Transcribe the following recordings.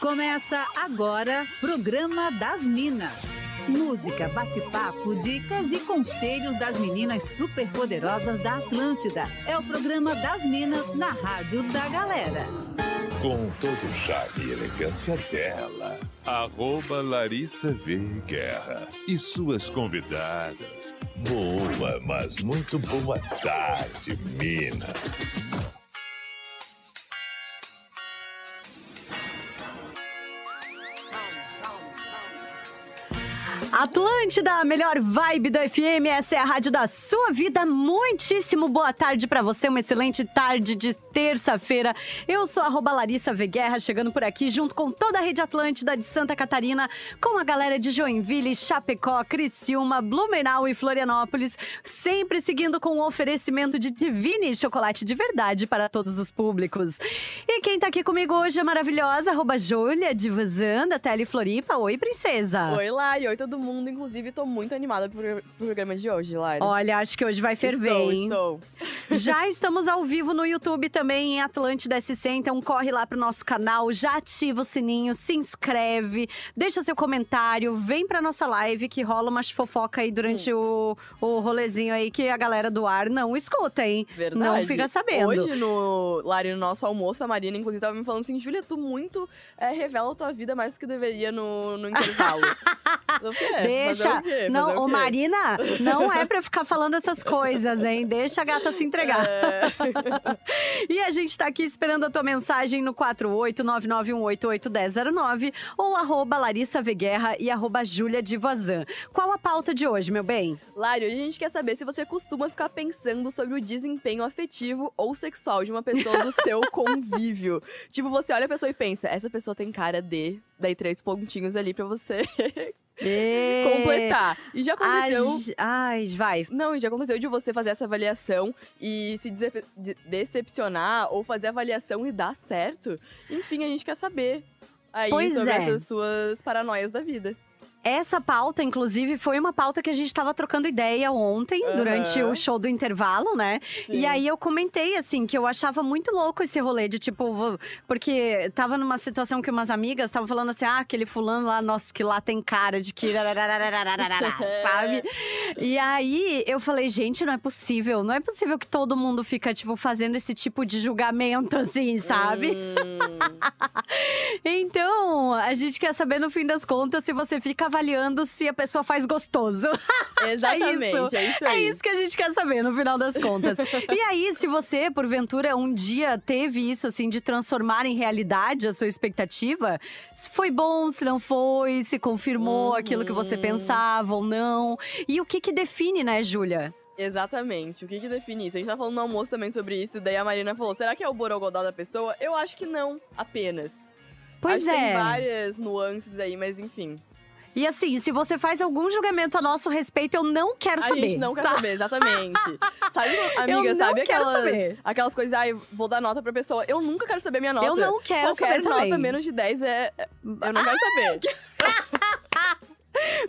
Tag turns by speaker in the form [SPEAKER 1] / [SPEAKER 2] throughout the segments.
[SPEAKER 1] Começa agora Programa das Minas. Música, bate-papo, dicas e conselhos das meninas superpoderosas da Atlântida. É o programa das Minas na Rádio da Galera.
[SPEAKER 2] Com todo o charme e elegância dela, arroba Larissa V. Guerra e suas convidadas. Boa, mas muito boa tarde, Minas.
[SPEAKER 3] Atlântida, a melhor vibe da FM, essa é a rádio da sua vida. Muitíssimo boa tarde para você, uma excelente tarde de terça-feira. Eu sou a Larissa Veguerra, chegando por aqui junto com toda a rede Atlântida de Santa Catarina, com a galera de Joinville, Chapecó, Criciúma, Blumenau e Florianópolis, sempre seguindo com o oferecimento de Divine Chocolate de verdade para todos os públicos. E quem tá aqui comigo hoje é maravilhosa, arroba Júlia Divazan, da Tele Floripa. Oi, princesa!
[SPEAKER 4] Oi, Lari. Oi, todo mundo. Inclusive, tô muito animada pro pro programa de hoje, Lari.
[SPEAKER 3] Olha, acho que hoje vai ferver,
[SPEAKER 4] estou,
[SPEAKER 3] hein?
[SPEAKER 4] estou.
[SPEAKER 3] Já estamos ao vivo no YouTube também, em Atlântida SC. Então corre lá pro nosso canal, já ativa o sininho, se inscreve, deixa seu comentário, vem pra nossa live que rola umas fofoca aí durante
[SPEAKER 4] Hum.
[SPEAKER 3] o, o rolezinho aí que a galera do ar não escuta, hein?
[SPEAKER 4] Verdade.
[SPEAKER 3] Não fica sabendo.
[SPEAKER 4] Hoje, no Lari, no nosso almoço, a Marina, inclusive, tava me falando assim: Júlia, tu muito é, revela tua vida mais do que deveria no, no intervalo. Eu fiquei, é,
[SPEAKER 3] Deixa.
[SPEAKER 4] fazer o quê?
[SPEAKER 3] Não,
[SPEAKER 4] Fazer o
[SPEAKER 3] ô
[SPEAKER 4] quê?
[SPEAKER 3] Marina, não é pra ficar falando essas coisas, hein? Deixa a gata se entregar.
[SPEAKER 4] É.
[SPEAKER 3] e a gente tá aqui esperando a tua mensagem no 48991881009 ou arroba Larissa Veguerra e arroba Júlia Divazan. Qual a pauta de hoje, meu bem?
[SPEAKER 4] Lari, hoje a gente quer saber se você costuma ficar pensando sobre o desempenho afetivo ou sexual de uma pessoa do seu convívio. Tipo, você olha a pessoa e pensa, essa pessoa tem cara de. Daí três pontinhos ali pra você completar. É, E já
[SPEAKER 3] Ai,
[SPEAKER 4] aconteceu.
[SPEAKER 3] ai, vai.
[SPEAKER 4] Não, e já aconteceu de você fazer essa avaliação e se dece- de- decepcionar ou fazer a avaliação e dar certo. Enfim, a gente quer saber. Aí
[SPEAKER 3] Pois
[SPEAKER 4] sobre
[SPEAKER 3] é.
[SPEAKER 4] essas suas paranoias da vida.
[SPEAKER 3] Essa pauta, inclusive, foi uma pauta que a gente estava trocando ideia ontem,
[SPEAKER 4] Aham.
[SPEAKER 3] durante o show do intervalo, né? E
[SPEAKER 4] Sim.
[SPEAKER 3] aí eu comentei, assim, que eu achava muito louco esse rolê de tipo. vo- Porque tava numa situação que umas amigas estavam falando assim: ah, aquele fulano lá, nossa, que lá tem cara de que. sabe? E aí eu falei: gente, não é possível. Não é possível que todo mundo fica, tipo, fazendo esse tipo de julgamento, assim, sabe?
[SPEAKER 4] Hum.
[SPEAKER 3] Então, a gente quer saber no fim das contas se você fica avaliando se a pessoa faz gostoso.
[SPEAKER 4] Exatamente, é isso
[SPEAKER 3] É
[SPEAKER 4] aí.
[SPEAKER 3] isso que a gente quer saber no final das contas. e aí, se você, porventura, um dia teve isso, assim, de transformar em realidade a sua expectativa, se foi bom, se não foi, se confirmou
[SPEAKER 4] Uhum.
[SPEAKER 3] aquilo que você pensava ou não. E o que que define, né, Júlia?
[SPEAKER 4] Exatamente. O que, que define isso? A gente tá falando no almoço também sobre isso, daí a Marina falou: será que é o borogodó da pessoa? Eu acho que não, apenas.
[SPEAKER 3] Pois
[SPEAKER 4] acho que
[SPEAKER 3] é.
[SPEAKER 4] Tem várias nuances aí, mas enfim.
[SPEAKER 3] E assim, se você faz algum julgamento a nosso respeito, eu não quero
[SPEAKER 4] a
[SPEAKER 3] saber.
[SPEAKER 4] gente não quer
[SPEAKER 3] tá?
[SPEAKER 4] saber, exatamente. sabe,
[SPEAKER 3] não
[SPEAKER 4] amiga, sabe
[SPEAKER 3] quero
[SPEAKER 4] aquelas,
[SPEAKER 3] saber.
[SPEAKER 4] aquelas coisas, ai, vou dar nota pra pessoa. Eu nunca quero saber minha nota.
[SPEAKER 3] Eu não quero
[SPEAKER 4] Qualquer
[SPEAKER 3] saber
[SPEAKER 4] nota
[SPEAKER 3] também.
[SPEAKER 4] menos de 10 é. é- Eu não quero saber.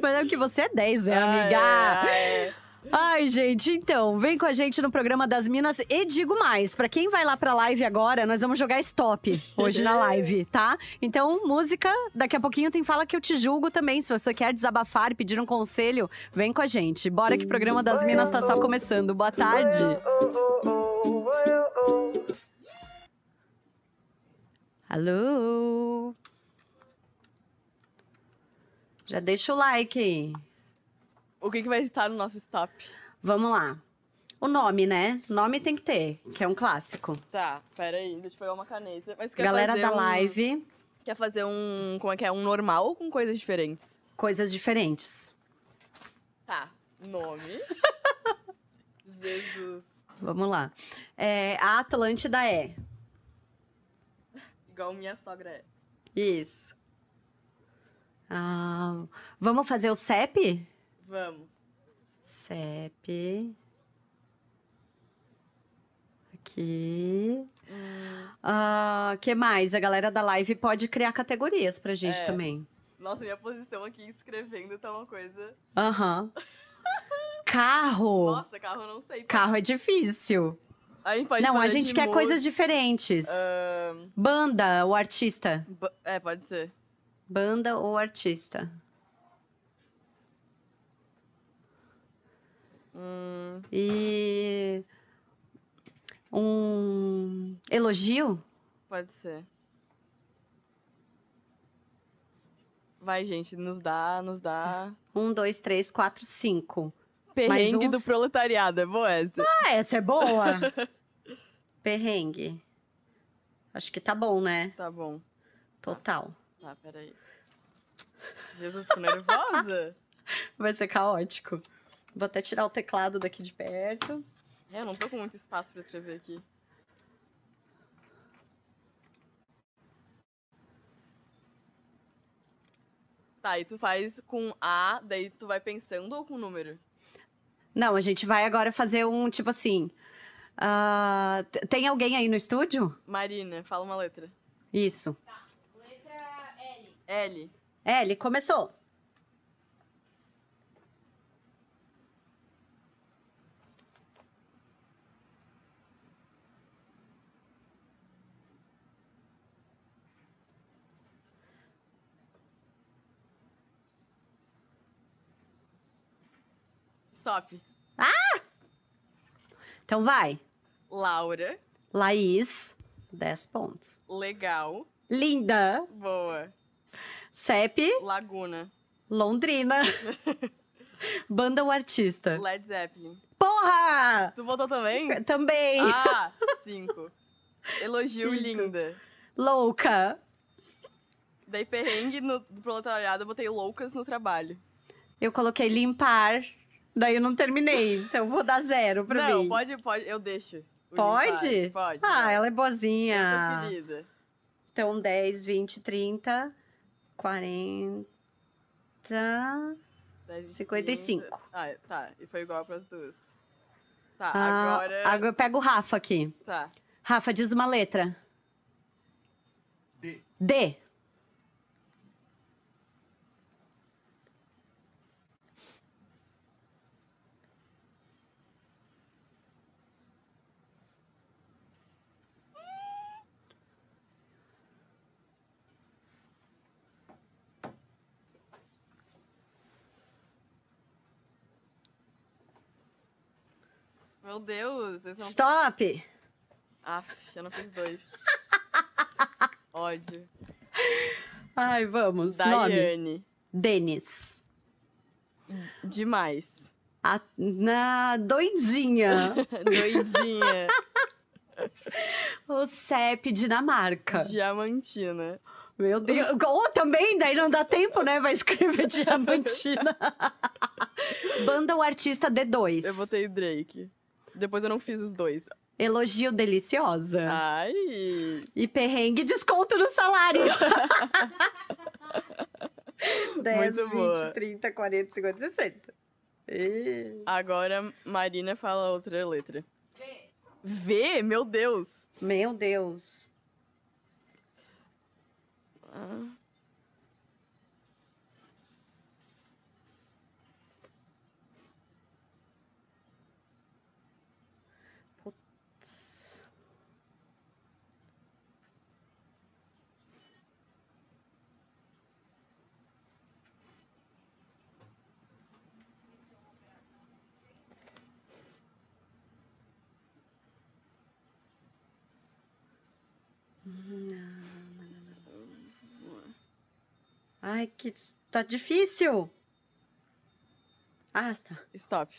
[SPEAKER 3] Mas é porque você é 10, né,
[SPEAKER 4] Ai,
[SPEAKER 3] amiga?
[SPEAKER 4] ai, ai.
[SPEAKER 3] Ai, gente, então, vem com a gente no programa das Minas e digo mais, pra quem vai lá pra live agora, nós vamos jogar stop hoje na live, tá? Então, música, daqui a pouquinho tem fala que eu te julgo também, se você quer desabafar e pedir um conselho, vem com a gente. Bora que o programa das Minas tá só começando. Boa tarde. Alô? Já deixa o like aí.
[SPEAKER 4] O que, que vai estar no nosso stop?
[SPEAKER 3] Vamos lá. O nome, né? Nome tem que ter, que é um clássico.
[SPEAKER 4] Tá, peraí, deixa eu pegar uma caneta. Mas tu quer
[SPEAKER 3] Galera
[SPEAKER 4] fazer
[SPEAKER 3] da
[SPEAKER 4] um-
[SPEAKER 3] live,
[SPEAKER 4] Quer fazer um. Como é que é? Um normal ou com coisas diferentes?
[SPEAKER 3] coisas diferentes.
[SPEAKER 4] Tá, nome. Jesus.
[SPEAKER 3] Vamos lá. É, a Atlântida é.
[SPEAKER 4] Igual minha sogra é.
[SPEAKER 3] Isso. Ah, vamos fazer o CEP?
[SPEAKER 4] Vamos.
[SPEAKER 3] CEP. Aqui. Ah, que mais? A galera da live pode criar categorias pra gente
[SPEAKER 4] É.
[SPEAKER 3] também.
[SPEAKER 4] Nossa, minha posição aqui escrevendo tá uma coisa.
[SPEAKER 3] Aham. Carro.
[SPEAKER 4] Nossa, carro eu não sei.
[SPEAKER 3] Carro é difícil.
[SPEAKER 4] A gente pode
[SPEAKER 3] Não, a
[SPEAKER 4] fazer
[SPEAKER 3] gente
[SPEAKER 4] de Ah.
[SPEAKER 3] quer
[SPEAKER 4] mu-
[SPEAKER 3] coisas diferentes.
[SPEAKER 4] Ahn,
[SPEAKER 3] Banda ou artista?
[SPEAKER 4] ba- é, pode ser.
[SPEAKER 3] Banda ou artista?
[SPEAKER 4] Hum,
[SPEAKER 3] E. Um elogio?
[SPEAKER 4] pode ser. Vai, gente, nos dá, nos dá.
[SPEAKER 3] Um, dois, três, quatro, cinco.
[SPEAKER 4] Perrengue do
[SPEAKER 3] uns-
[SPEAKER 4] proletariado, é boa essa.
[SPEAKER 3] Ah, essa é boa! Perrengue. Acho que tá bom, né?
[SPEAKER 4] Tá bom.
[SPEAKER 3] Total.
[SPEAKER 4] Tá, peraí. Jesus, tô nervosa?
[SPEAKER 3] Vai ser caótico. Vou até tirar o teclado daqui de perto.
[SPEAKER 4] É, eu não tô com muito espaço pra escrever aqui. Tá, e tu faz com A, daí tu vai pensando ou com número?
[SPEAKER 3] Não, a gente vai agora fazer um tipo assim. ah, t- tem alguém aí no estúdio?
[SPEAKER 4] Marina, fala uma letra.
[SPEAKER 3] Isso.
[SPEAKER 4] L.
[SPEAKER 3] É, ele começou.
[SPEAKER 4] Stop.
[SPEAKER 3] Então vai.
[SPEAKER 4] Laura.
[SPEAKER 3] Laís, 10 pontos.
[SPEAKER 4] Legal.
[SPEAKER 3] Linda,
[SPEAKER 4] Boa.
[SPEAKER 3] CEP,
[SPEAKER 4] Laguna.
[SPEAKER 3] Londrina. Banda ou artista?
[SPEAKER 4] Led Zeppelin.
[SPEAKER 3] Porra!
[SPEAKER 4] Tu botou também?
[SPEAKER 3] Também.
[SPEAKER 4] Ah, cinco. Elogio
[SPEAKER 3] Cinco.
[SPEAKER 4] linda.
[SPEAKER 3] Louca.
[SPEAKER 4] Daí perrengue no do proletariado, eu botei loucas no trabalho.
[SPEAKER 3] Eu coloquei limpar, daí eu não terminei. Então eu vou dar zero pra
[SPEAKER 4] não,
[SPEAKER 3] mim.
[SPEAKER 4] pode, pode, eu deixo. o
[SPEAKER 3] Pode?
[SPEAKER 4] limpar, Pode. é
[SPEAKER 3] Ah, ela é
[SPEAKER 4] Eu
[SPEAKER 3] boazinha.
[SPEAKER 4] sou querida.
[SPEAKER 3] Então, 10, 20, 30, 40,
[SPEAKER 4] 10, 20,
[SPEAKER 3] 55.
[SPEAKER 4] 30. Ah, tá. E foi igual pras duas. Tá,
[SPEAKER 3] Ah,
[SPEAKER 4] agora.
[SPEAKER 3] agora eu pego o Rafa aqui.
[SPEAKER 4] Tá.
[SPEAKER 3] Rafa, diz uma letra.
[SPEAKER 5] D.
[SPEAKER 3] D.
[SPEAKER 4] Meu Deus, vocês são.
[SPEAKER 3] Stop.
[SPEAKER 4] Aff, eu não fiz dois. Ódio.
[SPEAKER 3] Ai, vamos. Nome.
[SPEAKER 4] Daiane.
[SPEAKER 3] Denis.
[SPEAKER 4] Demais.
[SPEAKER 3] A- na doidinha.
[SPEAKER 4] Doidinha.
[SPEAKER 3] o CEP Dinamarca.
[SPEAKER 4] Diamantina.
[SPEAKER 3] Meu Deus. Ou também, daí não dá tempo, né? Vai escrever Diamantina. Banda ou artista D2.
[SPEAKER 4] Eu botei Drake. Depois eu não fiz os dois.
[SPEAKER 3] Elogio deliciosa.
[SPEAKER 4] Ai!
[SPEAKER 3] E perrengue, desconto no salário. 10,
[SPEAKER 4] Muito
[SPEAKER 3] 20,
[SPEAKER 4] boa.
[SPEAKER 3] 30, 40, 50, 60. Ih.
[SPEAKER 4] Agora Marina fala outra letra. V. V? Meu Deus!
[SPEAKER 3] Meu Deus. Ai, que s- tá difícil. Ah, tá.
[SPEAKER 4] Stop.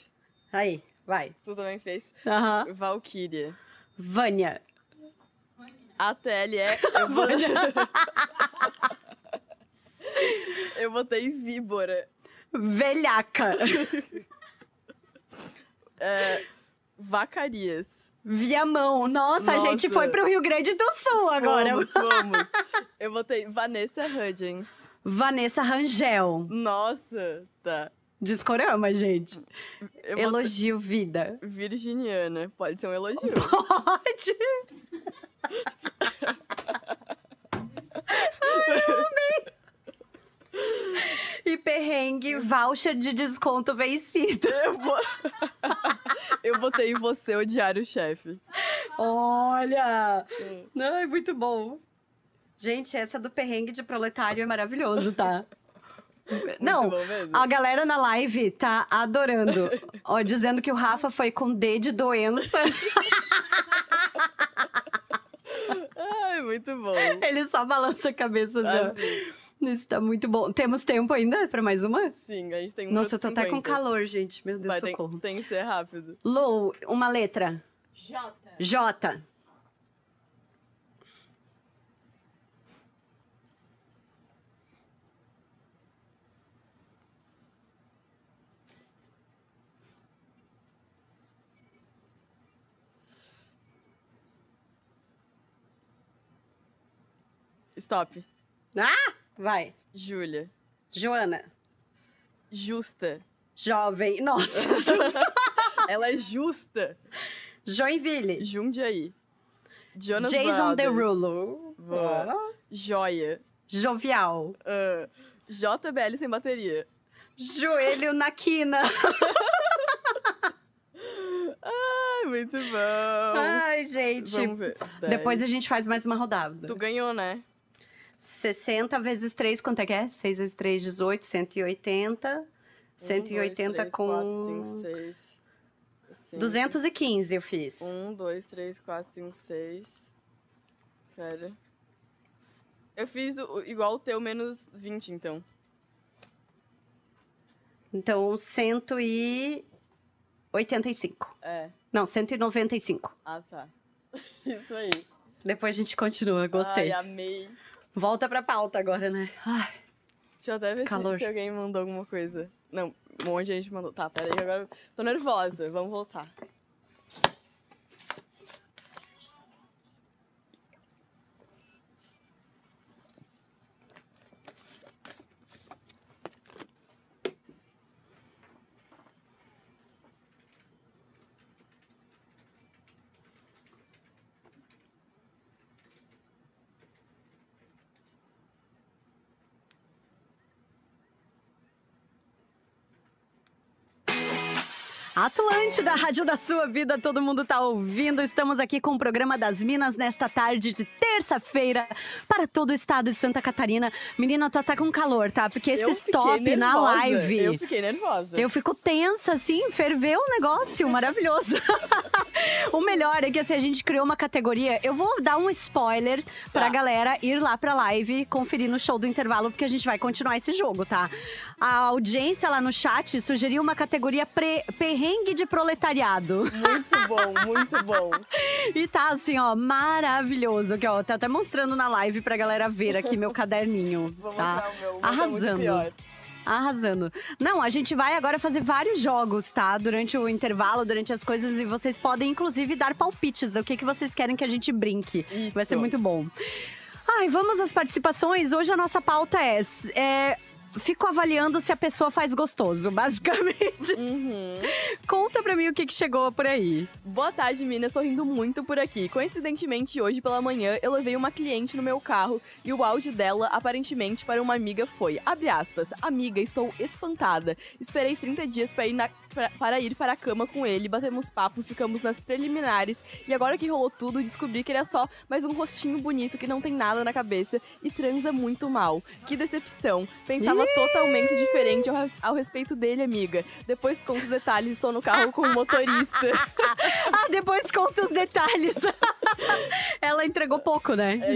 [SPEAKER 3] Aí, vai.
[SPEAKER 4] Tu também fez.
[SPEAKER 3] Aham.
[SPEAKER 4] Valkyria.
[SPEAKER 3] Vânia.
[SPEAKER 4] ATL é. Eu vou... eu botei víbora.
[SPEAKER 3] Velhaca.
[SPEAKER 4] Vacarias.
[SPEAKER 3] Viamão. Nossa, a gente
[SPEAKER 4] Nossa.
[SPEAKER 3] foi pro Rio Grande do Sul agora. é
[SPEAKER 4] Vamos, vamos. Eu botei Vanessa Hudgens.
[SPEAKER 3] Vanessa Rangel.
[SPEAKER 4] Nossa, tá.
[SPEAKER 3] Discorama, gente.
[SPEAKER 4] Eu botei
[SPEAKER 3] Elogio vida.
[SPEAKER 4] Virginiana. Pode ser um elogio.
[SPEAKER 3] Pode. E perrengue, voucher de desconto vencido.
[SPEAKER 4] Eu, bo- eu botei você odiar o chefe.
[SPEAKER 3] Olha! Não, é muito bom. Gente, essa do perrengue de proletário é maravilhoso, tá? Não,
[SPEAKER 4] bom mesmo.
[SPEAKER 3] a galera na live tá adorando. Ó, dizendo que o Rafa foi com D de doença.
[SPEAKER 4] Ai, muito bom.
[SPEAKER 3] Ele só balança a cabeça.
[SPEAKER 4] Ah,
[SPEAKER 3] Assim. Isso tá muito bom. Temos tempo ainda pra mais uma?
[SPEAKER 4] Sim, a gente tem um
[SPEAKER 3] Nossa, eu
[SPEAKER 4] minuto
[SPEAKER 3] tô
[SPEAKER 4] e
[SPEAKER 3] até com
[SPEAKER 4] 50.
[SPEAKER 3] calor, gente. Meu Deus,
[SPEAKER 4] Vai, tem,
[SPEAKER 3] socorro.
[SPEAKER 4] tem que ser rápido.
[SPEAKER 3] Lou, uma letra.
[SPEAKER 6] Jota.
[SPEAKER 3] J.
[SPEAKER 4] Stop.
[SPEAKER 3] Ah! Vai.
[SPEAKER 4] Júlia.
[SPEAKER 3] Joana.
[SPEAKER 4] Justa.
[SPEAKER 3] Jovem. Nossa, justa.
[SPEAKER 4] Ela é justa.
[SPEAKER 3] Joinville.
[SPEAKER 4] Jundiaí. Jonas
[SPEAKER 3] Jason
[SPEAKER 4] Brothers.
[SPEAKER 3] Derulo.
[SPEAKER 4] Boa.
[SPEAKER 3] Ó.
[SPEAKER 4] Joia.
[SPEAKER 3] Jovial.
[SPEAKER 4] Ah, JBL sem bateria.
[SPEAKER 3] Joelho na quina.
[SPEAKER 4] Ai, muito bom.
[SPEAKER 3] Ai, gente.
[SPEAKER 4] Então, Vamos ver.
[SPEAKER 3] Ah, tipo, Depois
[SPEAKER 4] Dez.
[SPEAKER 3] a gente faz mais uma rodada.
[SPEAKER 4] Tu ganhou, né?
[SPEAKER 3] 60 vezes 3, quanto é que é? 6 vezes 3, 18, 180. 180 com.
[SPEAKER 4] 4, 5, 6.
[SPEAKER 3] 215 eu fiz.
[SPEAKER 4] 1, 2, 3, 4, 5, 6. Pera. Eu fiz o- igual o teu, menos 20, então.
[SPEAKER 3] Então, 185.
[SPEAKER 4] É.
[SPEAKER 3] Não, 195.
[SPEAKER 4] Ah, tá. Isso aí.
[SPEAKER 3] Depois a gente continua, gostei.
[SPEAKER 4] Ai, amei.
[SPEAKER 3] Volta pra pauta agora, né? Ai,
[SPEAKER 4] Deixa eu até ver se-
[SPEAKER 3] Calor.
[SPEAKER 4] se alguém mandou alguma coisa. Não, um monte de gente mandou. Tá, peraí, agora tô nervosa. Vamos voltar.
[SPEAKER 3] Atlântida, Rádio da Sua Vida, todo mundo tá ouvindo. Estamos aqui com o programa das Minas nesta tarde de terça-feira para todo o estado de Santa Catarina. Menina, eu tô até com calor, tá? Porque esse
[SPEAKER 4] Eu fiquei
[SPEAKER 3] stop na
[SPEAKER 4] nervosa,
[SPEAKER 3] live.
[SPEAKER 4] Eu fiquei nervosa.
[SPEAKER 3] Eu fico tensa, assim, ferveu o negócio, maravilhoso. o melhor é que assim, a gente criou uma categoria. Eu vou dar um spoiler pra
[SPEAKER 4] Tá.
[SPEAKER 3] galera ir lá pra live conferir no show do intervalo, porque a gente vai continuar esse jogo, tá? A audiência lá no chat sugeriu uma categoria pre- perrengue de proletariado.
[SPEAKER 4] Muito bom, muito bom.
[SPEAKER 3] E tá assim, ó, maravilhoso. Aqui, ó, tá até mostrando na live pra galera ver aqui meu caderninho.
[SPEAKER 4] Vou
[SPEAKER 3] tá?
[SPEAKER 4] mostrar o meu. o meu Tá muito
[SPEAKER 3] Arrasando.
[SPEAKER 4] pior.
[SPEAKER 3] Arrasando. Não, a gente vai agora fazer vários jogos, tá? Durante o intervalo, durante as coisas, e vocês podem, inclusive, dar palpites do que, que vocês querem que a gente brinque.
[SPEAKER 4] Isso.
[SPEAKER 3] Vai ser muito bom. Ai, vamos às participações. Hoje a nossa pauta é. é Fico avaliando se a pessoa faz gostoso, basicamente.
[SPEAKER 4] Uhum.
[SPEAKER 3] Conta pra mim o que, que chegou por aí.
[SPEAKER 4] Boa tarde, Minas. Tô rindo muito por aqui. Coincidentemente, hoje pela manhã, eu levei uma cliente no meu carro e o áudio dela, aparentemente, para uma amiga foi. Abre aspas. Amiga, estou espantada. Esperei 30 dias para ir, na- pra- para, ir para a cama com ele, batemos papo, ficamos nas preliminares e agora que rolou tudo, descobri que ele é só mais um rostinho bonito que não tem nada na cabeça e transa muito mal. Que decepção. Pensava totalmente diferente ao, res- ao respeito dele, amiga. Depois conto detalhes, estou no carro com o motorista.
[SPEAKER 3] Ah, depois conta os detalhes. Ela entregou pouco, né?
[SPEAKER 4] É,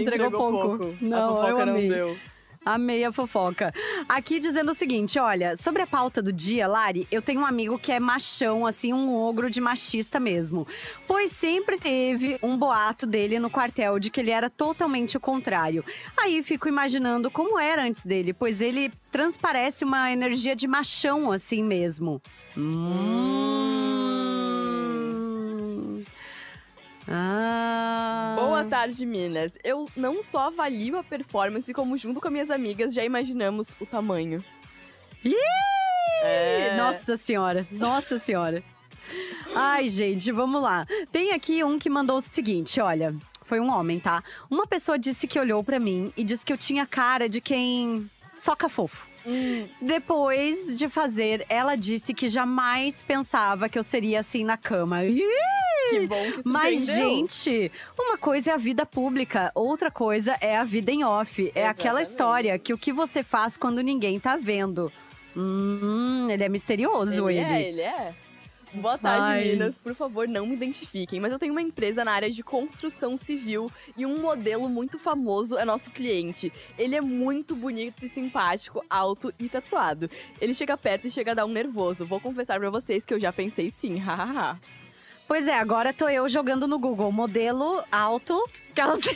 [SPEAKER 3] Não,
[SPEAKER 4] a fofoca
[SPEAKER 3] eu
[SPEAKER 4] não
[SPEAKER 3] amei.
[SPEAKER 4] deu.
[SPEAKER 3] Amei a fofoca. Aqui dizendo o seguinte, olha, sobre a pauta do dia, Lari, eu tenho um amigo que é machão, assim, um ogro de machista mesmo. Pois sempre teve um boato dele no quartel de que ele era totalmente o contrário. Aí fico imaginando como era antes dele, pois ele transparece uma energia de machão, assim mesmo. Hum. Ah.
[SPEAKER 4] Boa tarde, Minas. Eu não só avalio a performance, como junto com as minhas amigas já imaginamos o tamanho.
[SPEAKER 3] Ih!
[SPEAKER 4] É.
[SPEAKER 3] Nossa senhora, nossa senhora. Ai, gente, vamos lá. Tem aqui um que mandou o seguinte, olha, foi um homem, tá? Uma pessoa disse que olhou pra mim e disse que eu tinha cara de quem soca fofo.
[SPEAKER 4] Hum,
[SPEAKER 3] Depois de fazer, ela disse que jamais pensava que eu seria assim na cama. Ih!
[SPEAKER 4] Que bom que
[SPEAKER 3] Mas,
[SPEAKER 4] surpreendeu.
[SPEAKER 3] gente, uma coisa é a vida pública, outra coisa é a vida em off. É aquela
[SPEAKER 4] Exatamente.
[SPEAKER 3] história que o que você faz quando ninguém tá vendo. Hum, ele é misterioso,
[SPEAKER 4] Ele
[SPEAKER 3] ele.
[SPEAKER 4] é, ele é. Boa tarde,
[SPEAKER 3] Ai.
[SPEAKER 4] Minas. Por favor, não me identifiquem, mas eu tenho uma empresa na área de construção civil e um modelo muito famoso é nosso cliente. Ele é muito bonito e simpático, alto e tatuado. Ele chega perto e chega a dar um nervoso. Vou confessar pra vocês que eu já pensei sim, hahaha.
[SPEAKER 3] Pois é, agora tô eu jogando no Google modelo alto. Aquelas...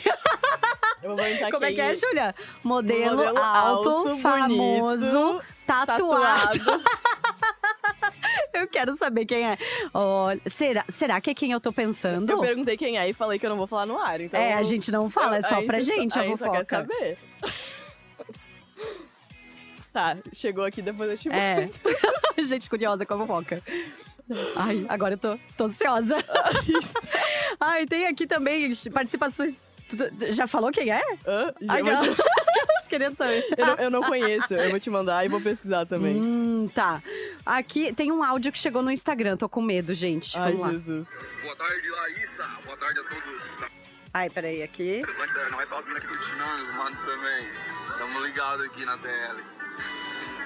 [SPEAKER 4] Eu vou entrar
[SPEAKER 3] Como é que é, Júlia? Modelo,
[SPEAKER 4] Tá Modelo
[SPEAKER 3] alto,
[SPEAKER 4] alto,
[SPEAKER 3] famoso,
[SPEAKER 4] bonito,
[SPEAKER 3] tatuado.
[SPEAKER 4] Tatuado.
[SPEAKER 3] Eu quero saber quem é. Olha, será, será que é quem eu tô pensando?
[SPEAKER 4] Eu perguntei quem é e falei que eu não vou falar no ar, então...
[SPEAKER 3] É, a gente não fala, é só
[SPEAKER 4] Aí
[SPEAKER 3] pra
[SPEAKER 4] cê-
[SPEAKER 3] gente
[SPEAKER 4] aí
[SPEAKER 3] a
[SPEAKER 4] cê quer
[SPEAKER 3] fofoca.
[SPEAKER 4] saber. tá, chegou aqui, depois eu te mando.
[SPEAKER 3] É. gente curiosa com a fofoca. Ai, agora eu tô, tô ansiosa. Ai, tem aqui também participações. Já falou quem é?
[SPEAKER 4] Hã? Já
[SPEAKER 3] Ai,
[SPEAKER 4] vou
[SPEAKER 3] não.
[SPEAKER 4] te-
[SPEAKER 3] Querendo saber.
[SPEAKER 4] eu, não, eu não conheço, eu vou te mandar e vou pesquisar também.
[SPEAKER 3] Hum, tá. Aqui tem um áudio que chegou no Instagram, tô com medo, gente.
[SPEAKER 4] Ai,
[SPEAKER 3] Vamos lá.
[SPEAKER 4] Jesus.
[SPEAKER 6] Boa tarde, Larissa. Boa tarde a todos da
[SPEAKER 3] Ai, peraí, aqui.
[SPEAKER 6] Atlântida. Não é só as minas que curtiram, os mano também. Tamo ligado aqui na TL.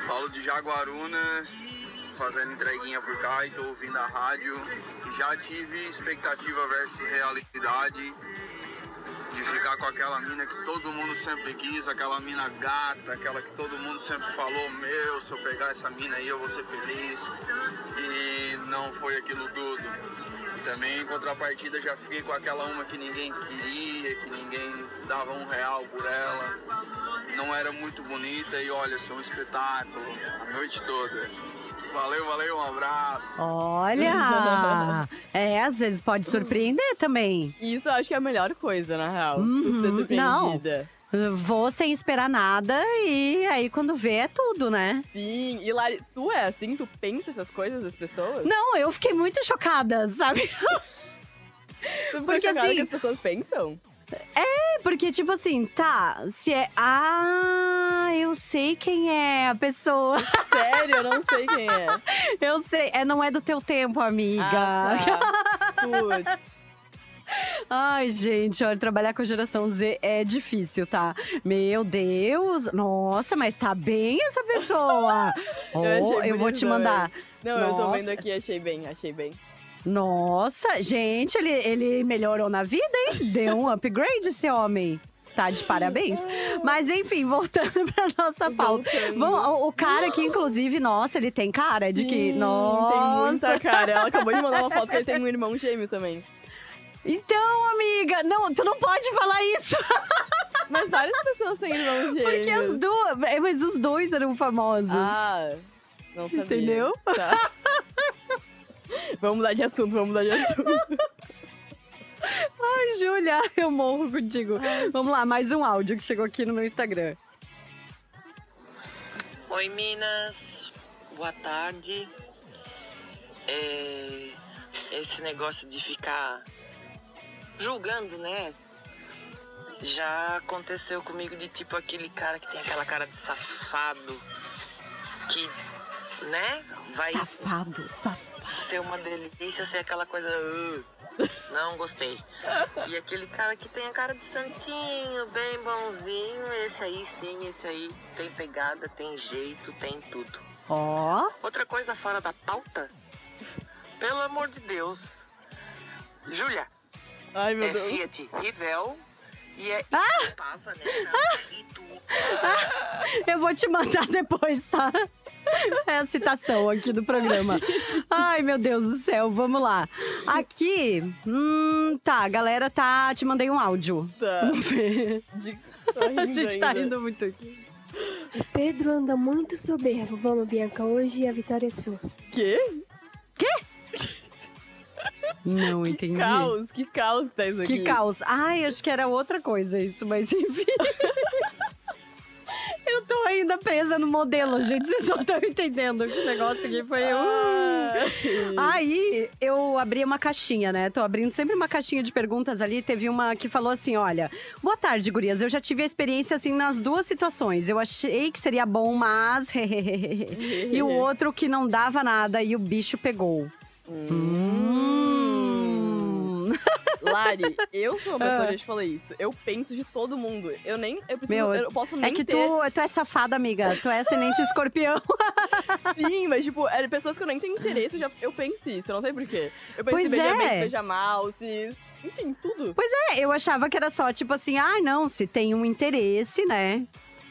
[SPEAKER 6] Falo de Jaguaruna, fazendo entreguinha por cá e tô ouvindo a rádio. Já tive expectativa versus realidade de ficar com aquela mina que todo mundo sempre quis, aquela mina gata, aquela que todo mundo sempre falou, meu, se eu pegar essa mina aí eu vou ser feliz. E não foi aquilo tudo. Também em contrapartida já fiquei com aquela uma que ninguém queria, que ninguém dava um real por ela. Não era muito bonita e olha, são um espetáculo a noite toda. Valeu, valeu, um abraço.
[SPEAKER 3] Olha! é, às vezes pode surpreender também.
[SPEAKER 4] Isso eu acho que é a melhor coisa, na real.
[SPEAKER 3] Uhum,
[SPEAKER 4] Você ser surpreendida.
[SPEAKER 3] Vou sem esperar nada e aí quando vê é tudo, né?
[SPEAKER 4] Sim. E Lari, tu é assim? Tu pensa essas coisas das pessoas?
[SPEAKER 3] Não, eu fiquei muito chocada, sabe?
[SPEAKER 4] Tu
[SPEAKER 3] porque
[SPEAKER 4] porque
[SPEAKER 3] assim-
[SPEAKER 4] assim... que as pessoas pensam?
[SPEAKER 3] Porque, tipo assim, tá, se é. Ah, eu sei quem é a pessoa.
[SPEAKER 4] Sério, eu não sei quem é.
[SPEAKER 3] Eu sei. É, não é do teu tempo, amiga.
[SPEAKER 4] Ah, tá. Putz.
[SPEAKER 3] Ai, gente, olha, trabalhar com a geração Z é difícil, tá? Meu Deus! Nossa, mas tá bem essa pessoa! Oh,
[SPEAKER 4] achei
[SPEAKER 3] eu,
[SPEAKER 4] bonito né?
[SPEAKER 3] vou te mandar.
[SPEAKER 4] Não, eu tô vendo
[SPEAKER 3] Nossa.
[SPEAKER 4] aqui, achei bem, achei bem.
[SPEAKER 3] Nossa, gente, ele, ele melhorou na vida, hein? Deu um upgrade esse homem. Tá de parabéns. Mas enfim, voltando pra nossa pauta.
[SPEAKER 4] Voltando.
[SPEAKER 3] Vamos- o, o cara aqui, inclusive, nossa, ele tem cara É de que.
[SPEAKER 4] Sim, Tem
[SPEAKER 3] Nossa!
[SPEAKER 4] muita cara. Ela acabou de mandar uma foto que ele tem um irmão gêmeo também.
[SPEAKER 3] Então, amiga, não, tu não pode falar isso.
[SPEAKER 4] Mas várias pessoas têm irmãos gêmeos.
[SPEAKER 3] Porque as duas. é, Mas os dois eram famosos.
[SPEAKER 4] Ah, não sabia.
[SPEAKER 3] Entendeu?
[SPEAKER 4] Tá. vamos mudar de assunto, vamos mudar de assunto.
[SPEAKER 3] Ai, Júlia, eu morro contigo. Vamos lá, mais um áudio que chegou aqui no meu Instagram.
[SPEAKER 7] Oi, Minas. Boa tarde. É, esse negócio de ficar julgando, né? Já aconteceu comigo de tipo aquele cara que tem aquela cara de safado, que, né? Vai
[SPEAKER 3] Safado, safado.
[SPEAKER 7] ser uma delícia, ser aquela coisa. "Ugh, não gostei. E aquele cara que tem a cara de santinho, bem bonzinho, esse aí sim, esse aí tem pegada, tem jeito, tem tudo.
[SPEAKER 3] Ó.
[SPEAKER 7] Outra coisa fora da pauta? Pelo amor de Deus. Júlia,
[SPEAKER 4] Ai, meu
[SPEAKER 7] é
[SPEAKER 4] Deus. Ah!
[SPEAKER 7] Fiat Rivel e é Itupava, né? Não, Itupava.
[SPEAKER 3] Eu vou te mandar depois, tá? É a citação aqui do programa. Ai, meu Deus do céu, vamos lá. Aqui, hum, tá, galera, tá, te mandei um áudio.
[SPEAKER 4] Tá.
[SPEAKER 3] Vamos ver.
[SPEAKER 4] De... tô rindo
[SPEAKER 3] A gente tá
[SPEAKER 4] ainda.
[SPEAKER 3] rindo muito aqui.
[SPEAKER 8] Pedro anda muito soberbo. Vamos, Bianca, hoje a vitória é sua.
[SPEAKER 4] Quê?
[SPEAKER 3] Não entendi.
[SPEAKER 4] Que caos, que caos que tá isso aqui.
[SPEAKER 3] Que caos. Ai, acho que era outra coisa isso, mas enfim. Eu tô ainda presa no modelo, gente. Vocês não estão entendendo que o negócio aqui foi. Uh. Aí eu abri uma caixinha, né? Tô abrindo sempre uma caixinha de perguntas ali. Teve uma que falou assim: olha, boa tarde, gurias. Eu já tive a experiência assim nas duas situações. Eu achei que seria bom, mas. e o outro que não dava nada e o bicho pegou. Hum.
[SPEAKER 4] Lari, eu sou uma
[SPEAKER 3] Ah.
[SPEAKER 4] pessoa, já te falei isso. Eu penso de todo mundo. Eu nem. Eu preciso.
[SPEAKER 3] Meu,
[SPEAKER 4] eu não posso
[SPEAKER 3] É
[SPEAKER 4] nem
[SPEAKER 3] que
[SPEAKER 4] ter.
[SPEAKER 3] tu, tu é safada, amiga. Tu é ascendente escorpião.
[SPEAKER 4] Sim, mas tipo, é, pessoas que eu nem tenho interesse, eu, já, eu penso isso, eu não sei porquê. Eu penso
[SPEAKER 3] Pois
[SPEAKER 4] se beija
[SPEAKER 3] é.
[SPEAKER 4] bem, se beija mal, se. Enfim, tudo.
[SPEAKER 3] É, eu achava que era só, tipo assim, ah, não, se tem um interesse, né?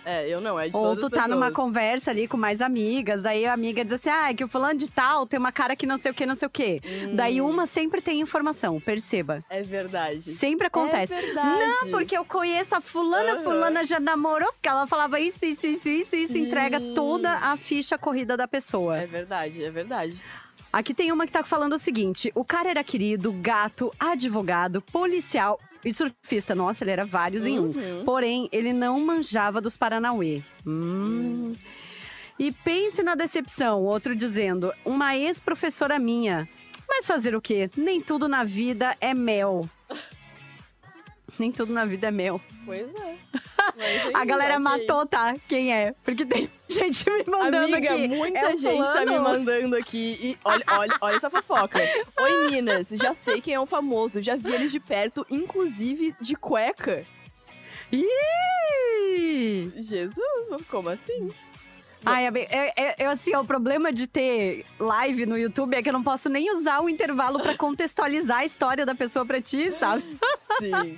[SPEAKER 4] É, eu não, é de
[SPEAKER 3] Ou
[SPEAKER 4] todas
[SPEAKER 3] tu
[SPEAKER 4] as
[SPEAKER 3] tá
[SPEAKER 4] pessoas.
[SPEAKER 3] numa conversa ali com mais amigas, daí a amiga diz assim, ah, é que o fulano de tal tem uma cara que não sei o que, não sei o que.
[SPEAKER 4] Hum,
[SPEAKER 3] Daí uma sempre tem informação, perceba.
[SPEAKER 4] É verdade.
[SPEAKER 3] Sempre acontece.
[SPEAKER 4] É verdade.
[SPEAKER 3] Não, porque eu conheço a fulana,
[SPEAKER 4] Aham.
[SPEAKER 3] fulana já namorou, porque ela falava isso, isso, isso, isso, isso, entrega
[SPEAKER 4] Sim.
[SPEAKER 3] toda a ficha corrida da pessoa.
[SPEAKER 4] Hum. É verdade, é verdade.
[SPEAKER 3] Aqui tem uma que tá falando o seguinte: o cara era querido, gato, advogado, policial e surfista. Nossa, ele era vários em um.
[SPEAKER 4] Uhum.
[SPEAKER 3] Porém, ele não manjava dos Paranauê. Hum. E pense na decepção, outro dizendo, uma ex-professora minha. Mas fazer o quê? Nem tudo na vida é mel. Nem tudo na vida é mel.
[SPEAKER 4] Pois é. Mas, enfim,
[SPEAKER 3] A galera
[SPEAKER 4] ok.
[SPEAKER 3] matou, tá? Quem é? Porque tem gente me mandando
[SPEAKER 4] Amiga,
[SPEAKER 3] aqui.
[SPEAKER 4] muita
[SPEAKER 3] é o
[SPEAKER 4] gente tá me
[SPEAKER 3] fulano.
[SPEAKER 4] mandando aqui. E olha, olha, olha essa fofoca. Oi, Minas. Já sei quem é o famoso. Já vi eles de perto, inclusive de cueca.
[SPEAKER 3] Ih!
[SPEAKER 4] Jesus, como assim?
[SPEAKER 3] Ai, Abi, é- é- eu, assim, ó, o problema de ter live no YouTube é que eu não posso nem usar o intervalo pra contextualizar a história da pessoa pra ti, sabe?
[SPEAKER 4] Sim.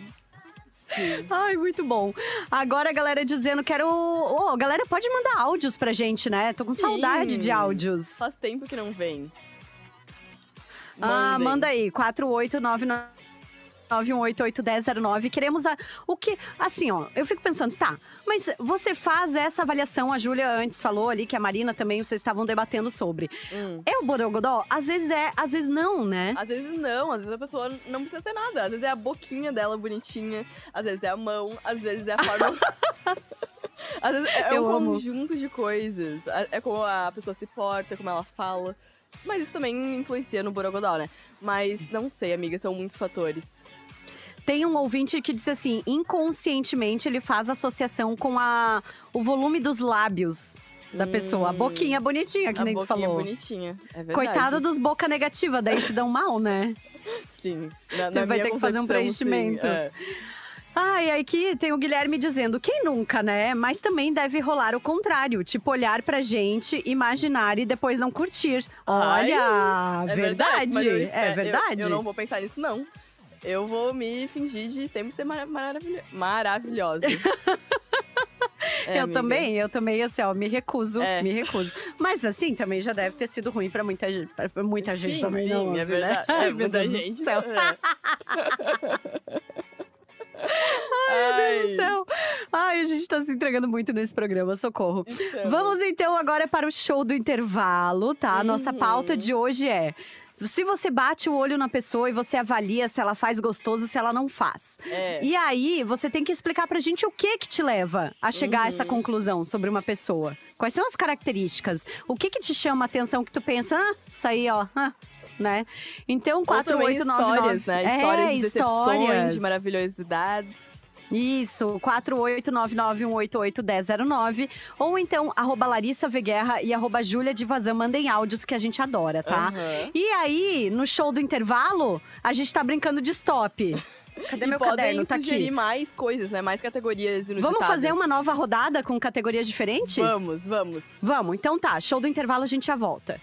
[SPEAKER 4] Sim.
[SPEAKER 3] Ai, muito bom. Agora a galera dizendo que era o. Ô, galera, pode mandar áudios pra gente, né? Tô com
[SPEAKER 4] Sim.
[SPEAKER 3] saudade de áudios.
[SPEAKER 4] Faz tempo que não vem.
[SPEAKER 3] Ah,
[SPEAKER 4] Mandem.
[SPEAKER 3] manda aí, 48991881009. Queremos a, o que. Assim, ó, eu fico pensando, tá, mas você faz essa avaliação, a Júlia antes falou ali, que a Marina também, vocês estavam debatendo sobre.
[SPEAKER 4] Hum.
[SPEAKER 3] É o Borogodó? Às vezes é, às vezes não, né?
[SPEAKER 4] Às vezes não, às vezes a pessoa não precisa ter nada. Às vezes é a boquinha dela bonitinha, às vezes é a mão, às vezes é a forma. às vezes é
[SPEAKER 3] Eu
[SPEAKER 4] um
[SPEAKER 3] amo.
[SPEAKER 4] conjunto de coisas. A- É como a pessoa se porta, como ela fala. Mas isso também influencia no Borogodó, né? Mas não sei, amiga, são muitos fatores.
[SPEAKER 3] Tem um ouvinte que diz assim: inconscientemente ele faz associação com a, o volume dos lábios da
[SPEAKER 4] Hum.
[SPEAKER 3] pessoa. A boquinha bonitinha, É que
[SPEAKER 4] a
[SPEAKER 3] nem tu
[SPEAKER 4] boquinha
[SPEAKER 3] falou.
[SPEAKER 4] bonitinha. É verdade.
[SPEAKER 3] Coitado dos boca negativa, daí se dão mal, né?
[SPEAKER 4] Sim. Na,
[SPEAKER 3] Tu
[SPEAKER 4] na
[SPEAKER 3] vai
[SPEAKER 4] minha
[SPEAKER 3] ter que fazer um
[SPEAKER 4] concepção, sim,
[SPEAKER 3] preenchimento.
[SPEAKER 4] é.
[SPEAKER 3] Ai, aqui tem o Guilherme dizendo, quem nunca, né? Mas também deve rolar o contrário, tipo olhar pra gente, imaginar e depois não curtir.
[SPEAKER 4] Ai,
[SPEAKER 3] Olha,
[SPEAKER 4] É
[SPEAKER 3] verdade,
[SPEAKER 4] mas eu espero-
[SPEAKER 3] é verdade.
[SPEAKER 4] Eu, eu não vou pensar nisso, não. Eu vou me fingir de sempre ser mara maravilho- maravilhosa. É,
[SPEAKER 3] Eu
[SPEAKER 4] amiga.
[SPEAKER 3] também, eu também, assim, ó, me recuso,
[SPEAKER 4] É.
[SPEAKER 3] me recuso. Mas assim, também já deve ter sido ruim pra muita, gente- pra muita gente
[SPEAKER 4] Sim,
[SPEAKER 3] também,
[SPEAKER 4] sim,
[SPEAKER 3] não.
[SPEAKER 4] é
[SPEAKER 3] assim,
[SPEAKER 4] verdade.
[SPEAKER 3] Né?
[SPEAKER 4] É,
[SPEAKER 3] Ai, meu
[SPEAKER 4] muita
[SPEAKER 3] Deus do
[SPEAKER 4] gente.
[SPEAKER 3] céu.
[SPEAKER 4] É. Ai,
[SPEAKER 3] Meu Deus do céu. Ai, a gente tá se entregando muito nesse programa, socorro.
[SPEAKER 4] então.
[SPEAKER 3] Vamos então agora para o show do intervalo, tá? A Nossa
[SPEAKER 4] Uhum.
[SPEAKER 3] pauta de hoje é: se você bate o olho na pessoa e você avalia se ela faz gostoso, se ela não faz.
[SPEAKER 4] É.
[SPEAKER 3] E aí, você tem que explicar pra gente o que que te leva a chegar a essa
[SPEAKER 4] Uhum.
[SPEAKER 3] conclusão sobre uma pessoa. Quais são as características? O que que te chama a atenção que tu pensa, ah, isso aí, ó, ah", né? Então,
[SPEAKER 4] Ou também
[SPEAKER 3] 4899...
[SPEAKER 4] histórias, né? Histórias
[SPEAKER 3] é,
[SPEAKER 4] de decepções,
[SPEAKER 3] histórias.
[SPEAKER 4] de maravilhosidades.
[SPEAKER 3] Isso, 48991881009. Ou então, arroba Larissa Veguerra e arroba Júlia de Vazan. Mandem áudios que a gente adora, tá?
[SPEAKER 4] Aham.
[SPEAKER 3] E aí, no show do intervalo, a gente tá brincando de stop. Cadê
[SPEAKER 4] e
[SPEAKER 3] meu
[SPEAKER 4] podem
[SPEAKER 3] caderno? Tá
[SPEAKER 4] sugerir
[SPEAKER 3] aqui.
[SPEAKER 4] mais coisas, né? Mais categorias inusitadas.
[SPEAKER 3] Vamos fazer uma nova rodada com categorias diferentes?
[SPEAKER 4] Vamos, vamos.
[SPEAKER 3] Vamos, então tá. Show do intervalo, a gente já volta.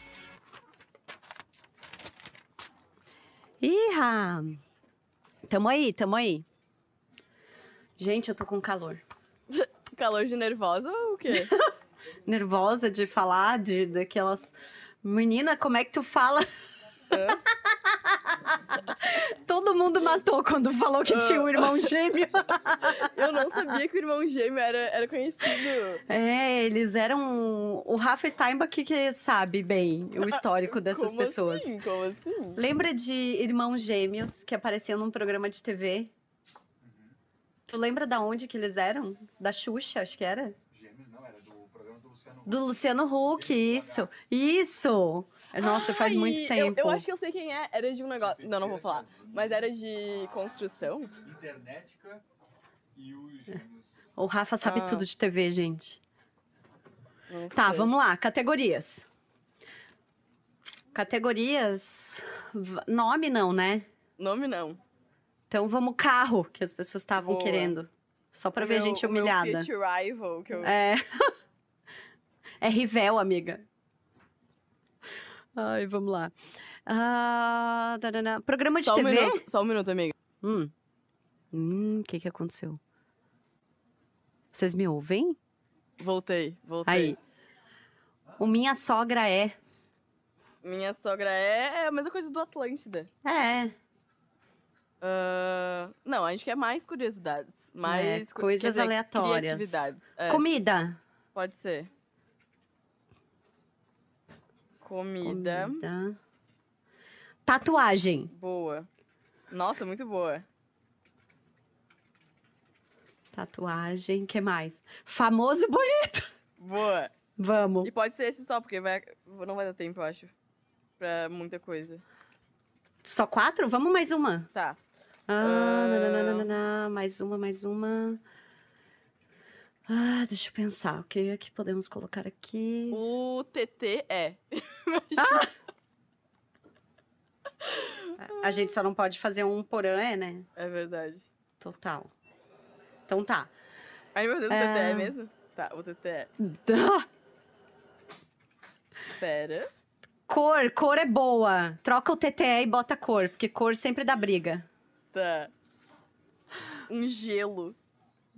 [SPEAKER 3] Iha! Tamo aí, tamo aí. Gente, eu tô com calor.
[SPEAKER 4] Calor de nervosa ou o quê?
[SPEAKER 3] nervosa de falar de daquelas menina, como é que tu fala? Todo mundo matou quando falou que tinha um irmão gêmeo.
[SPEAKER 4] Eu não sabia que o irmão gêmeo era, era conhecido.
[SPEAKER 3] É, eles eram o Rafa Steinbach que sabe bem o histórico dessas
[SPEAKER 4] Como
[SPEAKER 3] pessoas.
[SPEAKER 4] Assim? Como assim?
[SPEAKER 3] Lembra de irmãos gêmeos que apareciam num programa de TV? Tu lembra da onde que eles eram? Da Xuxa, acho que era?
[SPEAKER 5] Gêmeos não, era do programa do Luciano
[SPEAKER 3] Do Luciano Huck, isso. Isso! Nossa, faz
[SPEAKER 4] Ai,
[SPEAKER 3] muito
[SPEAKER 4] eu-
[SPEAKER 3] tempo.
[SPEAKER 4] Eu, acho que eu sei quem é. Era de um negócio. Não, não vou falar. Mas era de construção?
[SPEAKER 5] Internetica e os gêmeos.
[SPEAKER 3] O Rafa sabe
[SPEAKER 4] Ah.
[SPEAKER 3] tudo de TV, gente.
[SPEAKER 4] Não
[SPEAKER 3] Tá,
[SPEAKER 4] sei.
[SPEAKER 3] vamos lá. Categorias. Categorias. v- Nome não, né?
[SPEAKER 4] Nome não.
[SPEAKER 3] Então vamos carro, que as pessoas estavam
[SPEAKER 4] Boa.
[SPEAKER 3] querendo. Só pra
[SPEAKER 4] O
[SPEAKER 3] ver a
[SPEAKER 4] meu-
[SPEAKER 3] gente
[SPEAKER 4] o meu
[SPEAKER 3] humilhada.
[SPEAKER 4] Fiat Rival, que eu...
[SPEAKER 3] É. É Rivel, amiga. Ai, vamos lá. Ah, tarará. Programa de
[SPEAKER 4] Só um
[SPEAKER 3] TV.
[SPEAKER 4] minuto, só um minuto, amiga.
[SPEAKER 3] Hum. Hum, o que que aconteceu? Vocês me ouvem?
[SPEAKER 4] Voltei, voltei.
[SPEAKER 3] Aí. O Minha Sogra é.
[SPEAKER 4] Minha sogra é a mesma coisa do Atlântida.
[SPEAKER 3] É.
[SPEAKER 4] Ah, não, a gente quer mais curiosidades. Mais cu-
[SPEAKER 3] É, coisas
[SPEAKER 4] quer dizer,
[SPEAKER 3] aleatórias.
[SPEAKER 4] Criatividades. É,
[SPEAKER 3] Comida.
[SPEAKER 4] Pode ser. Comida.
[SPEAKER 3] Comida. Tatuagem.
[SPEAKER 4] Boa. Nossa, muito boa.
[SPEAKER 3] Tatuagem, que mais? Famoso e bonito.
[SPEAKER 4] Boa.
[SPEAKER 3] Vamos.
[SPEAKER 4] E pode ser esse só, porque vai, não vai dar tempo, eu acho. Pra muita coisa.
[SPEAKER 3] Só quatro? Vamos mais uma.
[SPEAKER 4] Tá.
[SPEAKER 3] Ah,
[SPEAKER 4] Ah.
[SPEAKER 3] nananana, mais uma, mais uma. Ah, deixa eu pensar. O que é que podemos colocar aqui?
[SPEAKER 4] O TT é.
[SPEAKER 3] A gente só não pode fazer um porã, é, né?
[SPEAKER 4] É verdade.
[SPEAKER 3] Total. Então tá.
[SPEAKER 4] Aí meu Deus, o
[SPEAKER 3] É.
[SPEAKER 4] TT é mesmo? Tá, o TT é. Pera.
[SPEAKER 3] Cor, cor é boa. Troca o TTE e bota cor, porque cor sempre dá briga.
[SPEAKER 4] Tá. Um gelo.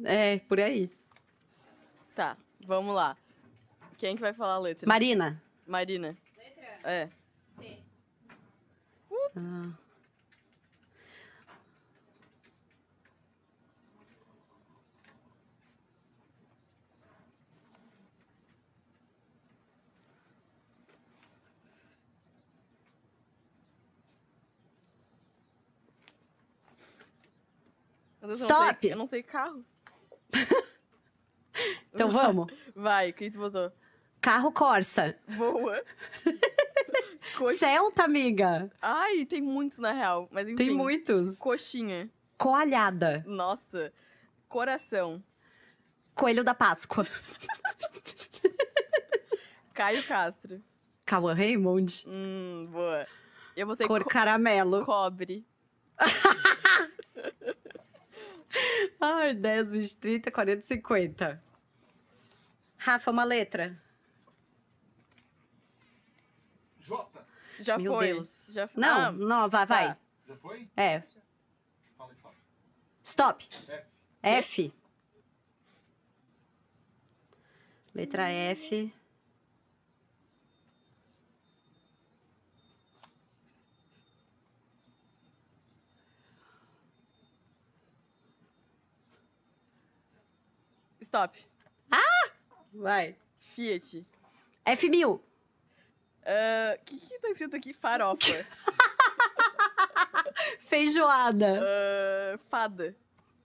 [SPEAKER 3] É, por aí.
[SPEAKER 4] Tá, vamos lá. Quem é que vai falar a letra?
[SPEAKER 3] Marina.
[SPEAKER 4] Marina. Letra? É.
[SPEAKER 3] Ah.
[SPEAKER 4] Meu Deus, eu não
[SPEAKER 3] Stop!
[SPEAKER 4] sei- Eu não sei carro.
[SPEAKER 3] Então vamos.
[SPEAKER 4] Vai, quem tu botou?
[SPEAKER 3] Carro Corsa.
[SPEAKER 4] Boa. Coxinha.
[SPEAKER 3] Celta, amiga.
[SPEAKER 4] Ai, tem muitos na real, mas enfim.
[SPEAKER 3] Tem muitos.
[SPEAKER 4] Coxinha.
[SPEAKER 3] Coalhada.
[SPEAKER 4] Nossa. Coração.
[SPEAKER 3] Coelho da Páscoa.
[SPEAKER 4] Caio Castro.
[SPEAKER 3] Cauã Raymond.
[SPEAKER 4] Hum, boa. Eu botei
[SPEAKER 3] Cor
[SPEAKER 4] co-
[SPEAKER 3] caramelo.
[SPEAKER 4] cobre.
[SPEAKER 3] Ai, 10, 20, 30, 40, 50. Rafa, uma letra.
[SPEAKER 5] Jota,
[SPEAKER 4] Já
[SPEAKER 3] Meu
[SPEAKER 4] foi.
[SPEAKER 3] Deus.
[SPEAKER 4] Já foi.
[SPEAKER 3] Não,
[SPEAKER 4] Ah,
[SPEAKER 3] nova, vai.
[SPEAKER 5] já foi?
[SPEAKER 3] É.
[SPEAKER 5] Fala stop.
[SPEAKER 3] Stop.
[SPEAKER 5] F.
[SPEAKER 3] F. Letra F.
[SPEAKER 4] Stop.
[SPEAKER 3] Vai.
[SPEAKER 4] Fiat.
[SPEAKER 3] F1000.
[SPEAKER 4] Ah, O que que tá escrito aqui? Farofa.
[SPEAKER 3] Feijoada.
[SPEAKER 4] Ah, fada.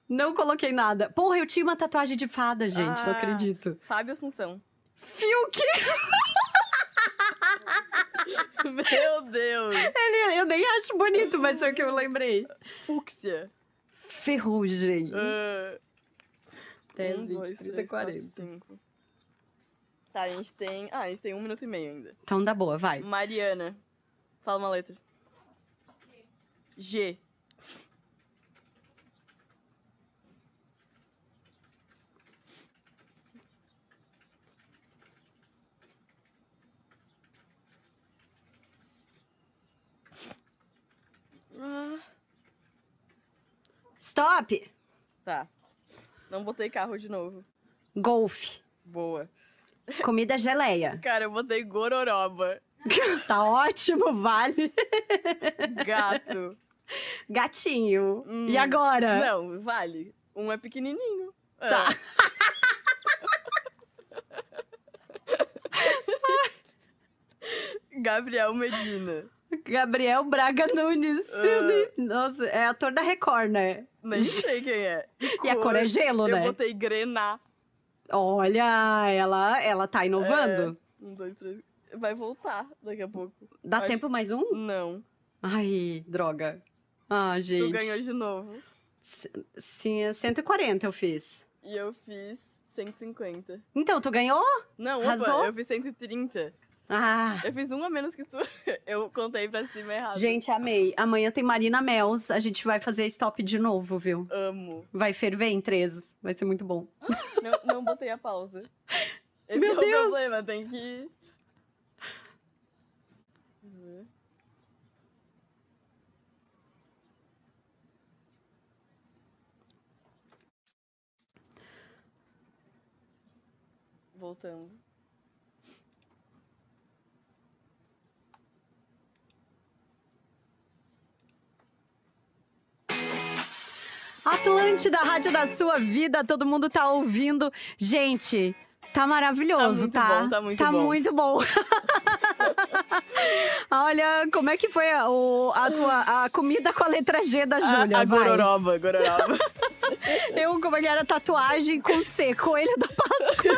[SPEAKER 3] Não coloquei nada. Porra, eu tinha uma tatuagem de fada, gente. Não
[SPEAKER 4] Ah.
[SPEAKER 3] acredito.
[SPEAKER 4] Fábio Assunção.
[SPEAKER 3] Fiuk.
[SPEAKER 4] Meu Deus.
[SPEAKER 3] Ele, eu nem acho bonito, mas foi o que eu lembrei.
[SPEAKER 4] Fúcsia.
[SPEAKER 3] Ferrugem.
[SPEAKER 4] Ah,
[SPEAKER 3] 10,
[SPEAKER 4] um,
[SPEAKER 3] 20,
[SPEAKER 4] dois,
[SPEAKER 3] 30,
[SPEAKER 4] três, quatro,
[SPEAKER 3] 40.
[SPEAKER 4] cinco. Tá, a gente tem. Ah, a gente tem um minuto e meio ainda.
[SPEAKER 3] Então dá boa, vai.
[SPEAKER 4] Mariana. Fala uma letra. G. Ah,
[SPEAKER 3] Stop.
[SPEAKER 4] tá. Não botei carro de novo.
[SPEAKER 3] Golfe.
[SPEAKER 4] Boa.
[SPEAKER 3] Comida geleia.
[SPEAKER 4] Cara, eu botei gororoba.
[SPEAKER 3] Tá ótimo, vale.
[SPEAKER 4] Gato.
[SPEAKER 3] Gatinho.
[SPEAKER 4] Hum.
[SPEAKER 3] E agora?
[SPEAKER 4] Não, vale. Um é pequenininho.
[SPEAKER 3] Tá.
[SPEAKER 4] Ah, Gabriel Medina.
[SPEAKER 3] Gabriel Braga Nunes. Eu
[SPEAKER 4] Ah.
[SPEAKER 3] nem- Nossa, é ator da Record, né?
[SPEAKER 4] Nem sei quem é.
[SPEAKER 3] E a cor é gelo,
[SPEAKER 4] Eu
[SPEAKER 3] né?
[SPEAKER 4] botei Grená.
[SPEAKER 3] Olha, ela, ela tá inovando.
[SPEAKER 4] Um, dois, três. Vai voltar daqui a pouco.
[SPEAKER 3] Dá
[SPEAKER 4] acho-
[SPEAKER 3] tempo mais um?
[SPEAKER 4] Não.
[SPEAKER 3] Ai, droga. Ah, gente.
[SPEAKER 4] Tu ganhou de novo.
[SPEAKER 3] C- Sim, é 140 eu fiz.
[SPEAKER 4] E eu fiz 150.
[SPEAKER 3] Então, tu ganhou?
[SPEAKER 4] Não,
[SPEAKER 3] Arrasou?
[SPEAKER 4] opa, eu fiz 130.
[SPEAKER 3] Ah,
[SPEAKER 4] Eu fiz um a menos que tu. Eu contei pra cima errado.
[SPEAKER 3] gente, amei. Amanhã tem Marina Mels. A gente vai fazer stop de novo, viu?
[SPEAKER 4] Amo.
[SPEAKER 3] Vai ferver em três. Vai ser muito bom.
[SPEAKER 4] Não, não botei a pausa. Esse
[SPEAKER 3] Meu
[SPEAKER 4] é o
[SPEAKER 3] Deus!
[SPEAKER 4] problema, tem que. Voltando.
[SPEAKER 3] Atlântida, Rádio da Sua Vida, todo mundo tá ouvindo. Gente, tá maravilhoso,
[SPEAKER 4] Tá
[SPEAKER 3] tá?
[SPEAKER 4] muito bom, tá muito
[SPEAKER 3] muito
[SPEAKER 4] bom.
[SPEAKER 3] bom. Olha, como é que foi a, o- a tua- a comida com a letra G da Júlia?
[SPEAKER 4] Ah, a, a
[SPEAKER 3] vai.
[SPEAKER 4] gororoba, gororoba.
[SPEAKER 3] Eu, como é que era a tatuagem com C, coelho da Páscoa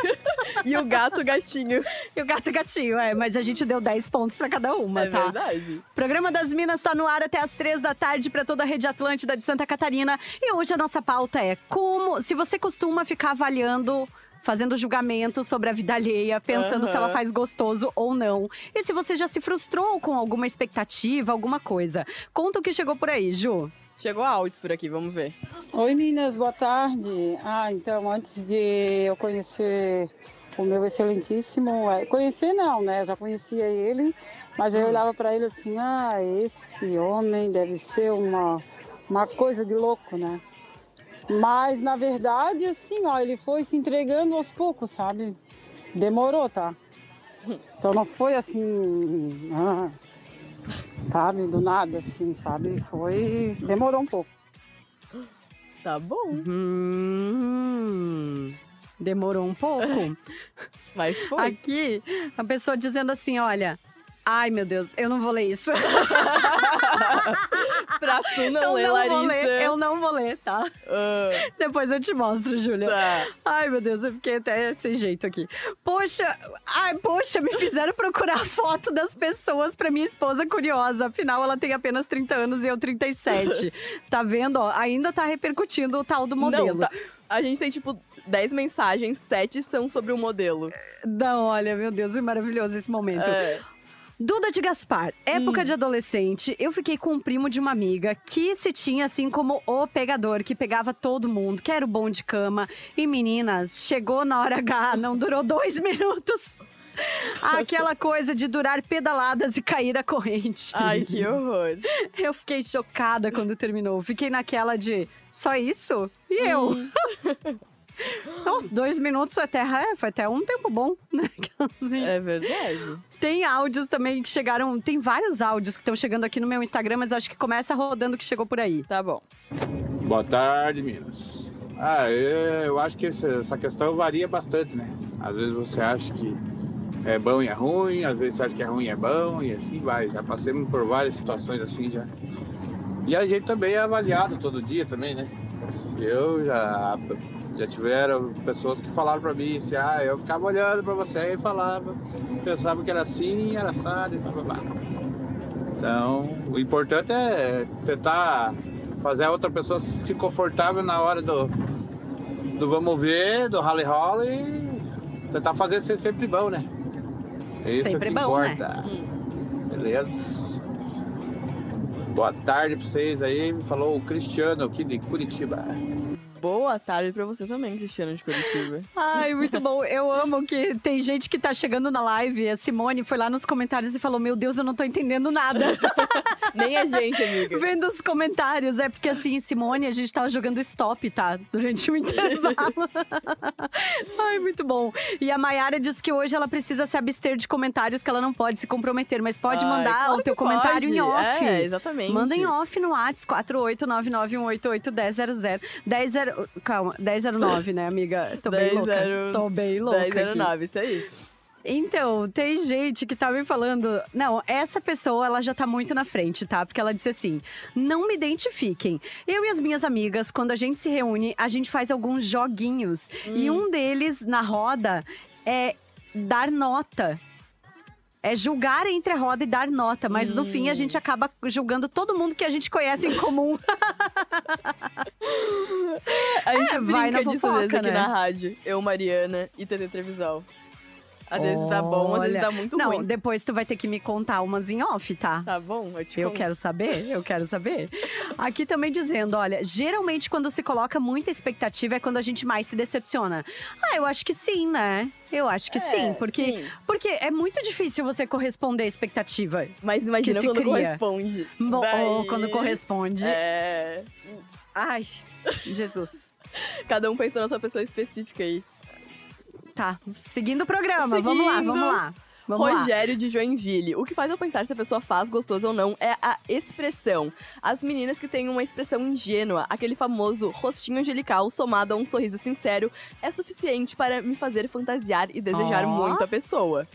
[SPEAKER 4] e o gato gatinho.
[SPEAKER 3] e o gato gatinho. É, mas a gente deu 10 pontos pra cada uma,
[SPEAKER 4] é
[SPEAKER 3] tá?
[SPEAKER 4] verdade.
[SPEAKER 3] Programa das Minas está no ar até as três da tarde para toda a Rede Atlântida de Santa Catarina. E hoje a nossa pauta é como, se você costuma ficar avaliando, fazendo julgamento sobre a vida alheia, pensando
[SPEAKER 4] Aham.
[SPEAKER 3] se ela faz gostoso ou não. E se você já se frustrou com alguma expectativa, alguma coisa. Conta o que chegou por aí, Ju.
[SPEAKER 4] Chegou áudios por aqui, vamos ver.
[SPEAKER 9] Oi meninas, boa tarde. Ah, então antes de eu conhecer o meu excelentíssimo, eh, conhecer não, né? Eu já conhecia ele, mas eu olhava pra ele assim, ah, esse homem deve ser uma uma coisa de louco, né? Mas na verdade, assim, ó, ele foi se entregando aos poucos, sabe? Demorou, tá? Então não foi assim, ah, sabe, do nada, assim, sabe? Foi, demorou um pouco.
[SPEAKER 4] Tá bom.
[SPEAKER 3] Hum, demorou um pouco.
[SPEAKER 4] Mas foi.
[SPEAKER 3] Aqui, a pessoa dizendo assim: olha. Ai, meu Deus, eu não vou ler isso.
[SPEAKER 4] pra tu
[SPEAKER 3] Ah, eu
[SPEAKER 4] não ler,
[SPEAKER 3] não
[SPEAKER 4] Larissa.
[SPEAKER 3] vou ler, eu não vou ler, tá?
[SPEAKER 4] Ah,
[SPEAKER 3] Depois eu te mostro, Júlia.
[SPEAKER 4] tá.
[SPEAKER 3] Ai, meu Deus, eu fiquei até sem jeito aqui. Poxa, ai, poxa, me fizeram procurar a foto das pessoas pra minha esposa curiosa. Afinal, ela tem apenas 30 anos e eu 37. tá vendo? ó? ainda tá repercutindo o tal do modelo.
[SPEAKER 4] Não, tá. A gente tem, tipo, 10 mensagens, 7 são sobre o modelo.
[SPEAKER 3] É, Não, olha, meu Deus, que maravilhoso esse momento.
[SPEAKER 4] É.
[SPEAKER 3] Duda de Gaspar, época
[SPEAKER 4] Hum.
[SPEAKER 3] de adolescente, eu fiquei com um primo de uma amiga que se tinha assim como o pegador, que pegava todo mundo, que era o bom de cama. E meninas, chegou na hora H, não durou dois minutos. Aquela coisa de durar pedaladas e cair a corrente.
[SPEAKER 4] Ai, que horror.
[SPEAKER 3] Eu fiquei chocada quando terminou. Fiquei naquela de só isso? E eu?
[SPEAKER 4] Hum.
[SPEAKER 3] Então, dois minutos até, é, foi até um tempo bom, né? Assim.
[SPEAKER 4] É verdade.
[SPEAKER 3] Tem áudios também que chegaram, tem vários áudios que estão chegando aqui no meu Instagram, mas eu acho que começa rodando o que chegou por aí.
[SPEAKER 4] Tá bom.
[SPEAKER 10] Boa tarde, Minas. Ah, eu eu acho que essa, essa questão varia bastante, né? Às vezes você acha que é bom e é ruim, às vezes você acha que é ruim e é bom, e assim vai. Já passamos por várias situações assim já. E a gente também é avaliado todo dia também, né? Eu já, já tiveram pessoas que falaram pra mim assim, ah, eu ficava olhando pra você e falava, pensava que era assim, era assado e blá blá blá. Então, o importante é tentar fazer a outra pessoa se sentir confortável na hora do, do vamos ver, do rally rola e tentar fazer ser sempre bom, né? É isso
[SPEAKER 3] Sempre
[SPEAKER 10] que
[SPEAKER 3] bom,
[SPEAKER 4] né?
[SPEAKER 10] importa. Beleza? Boa tarde pra vocês aí. Falou o Cristiano aqui de Curitiba.
[SPEAKER 4] Boa tarde pra você também, Cristiano de Curitiba.
[SPEAKER 3] Ai, muito bom. Eu amo que tem gente que tá chegando na live. A Simone foi lá nos comentários e falou: Meu Deus, eu não tô entendendo nada.
[SPEAKER 4] Nem a gente, amiga.
[SPEAKER 3] Vendo os comentários. É porque assim, Simone, a gente tava jogando stop, tá? Durante o intervalo. Ai, muito bom. E a Mayara diz que hoje ela precisa se abster de comentários, que ela não pode se comprometer, mas pode
[SPEAKER 4] Ai,
[SPEAKER 3] mandar
[SPEAKER 4] claro
[SPEAKER 3] o teu
[SPEAKER 4] que pode.
[SPEAKER 3] comentário em off.
[SPEAKER 4] É, exatamente.
[SPEAKER 3] Manda em off no Whats 48991881000. 10 Calma, 1009, né, amiga? Tô bem louca.
[SPEAKER 4] 10
[SPEAKER 3] Tô bem louca. aqui.
[SPEAKER 4] 1009, isso aí.
[SPEAKER 3] Então, tem gente que tá me falando. Não, essa pessoa, ela já tá muito na frente, tá? Porque ela disse assim: não me identifiquem. Eu e as minhas amigas, quando a gente se reúne, a gente faz alguns joguinhos. E um deles, na roda, é dar nota. É julgar entre a roda e dar nota, mas no fim a gente acaba julgando todo mundo que a gente conhece em comum.
[SPEAKER 4] A gente
[SPEAKER 3] É, vai na
[SPEAKER 4] brinca disso às
[SPEAKER 3] É,
[SPEAKER 4] vezes
[SPEAKER 3] fofoca,
[SPEAKER 4] aqui
[SPEAKER 3] né?
[SPEAKER 4] na rádio. Eu, Mariana e TT Trevisal. Às vezes dá bom, às vezes
[SPEAKER 3] Olha,
[SPEAKER 4] dá muito
[SPEAKER 3] Não,
[SPEAKER 4] ruim.
[SPEAKER 3] depois tu vai ter que me contar umas em off, tá?
[SPEAKER 4] Tá bom, eu te
[SPEAKER 3] Eu
[SPEAKER 4] conto.
[SPEAKER 3] quero saber, eu quero saber. Aqui também dizendo, olha, geralmente quando se coloca muita expectativa é quando a gente mais se decepciona. Ah, eu acho que sim, né? Eu acho que
[SPEAKER 4] É,
[SPEAKER 3] sim, porque
[SPEAKER 4] sim.
[SPEAKER 3] porque é muito difícil você corresponder à expectativa.
[SPEAKER 4] Mas imagina
[SPEAKER 3] que se
[SPEAKER 4] quando
[SPEAKER 3] cria.
[SPEAKER 4] corresponde.
[SPEAKER 3] Bom,
[SPEAKER 4] Daí-
[SPEAKER 3] ou quando corresponde.
[SPEAKER 4] É.
[SPEAKER 3] Ai, Jesus.
[SPEAKER 4] Cada um pensou na sua pessoa específica aí.
[SPEAKER 3] Tá, seguindo o programa, vamos lá,
[SPEAKER 4] Seguindo.
[SPEAKER 3] vamos lá. Vamos lá.
[SPEAKER 4] Rogério de Joinville. O que faz eu pensar se a pessoa faz gostoso ou não é a expressão. As meninas que têm uma expressão ingênua, aquele famoso rostinho angelical somado a um sorriso sincero, é suficiente para me fazer fantasiar e desejar
[SPEAKER 3] Ó.
[SPEAKER 4] muito a pessoa.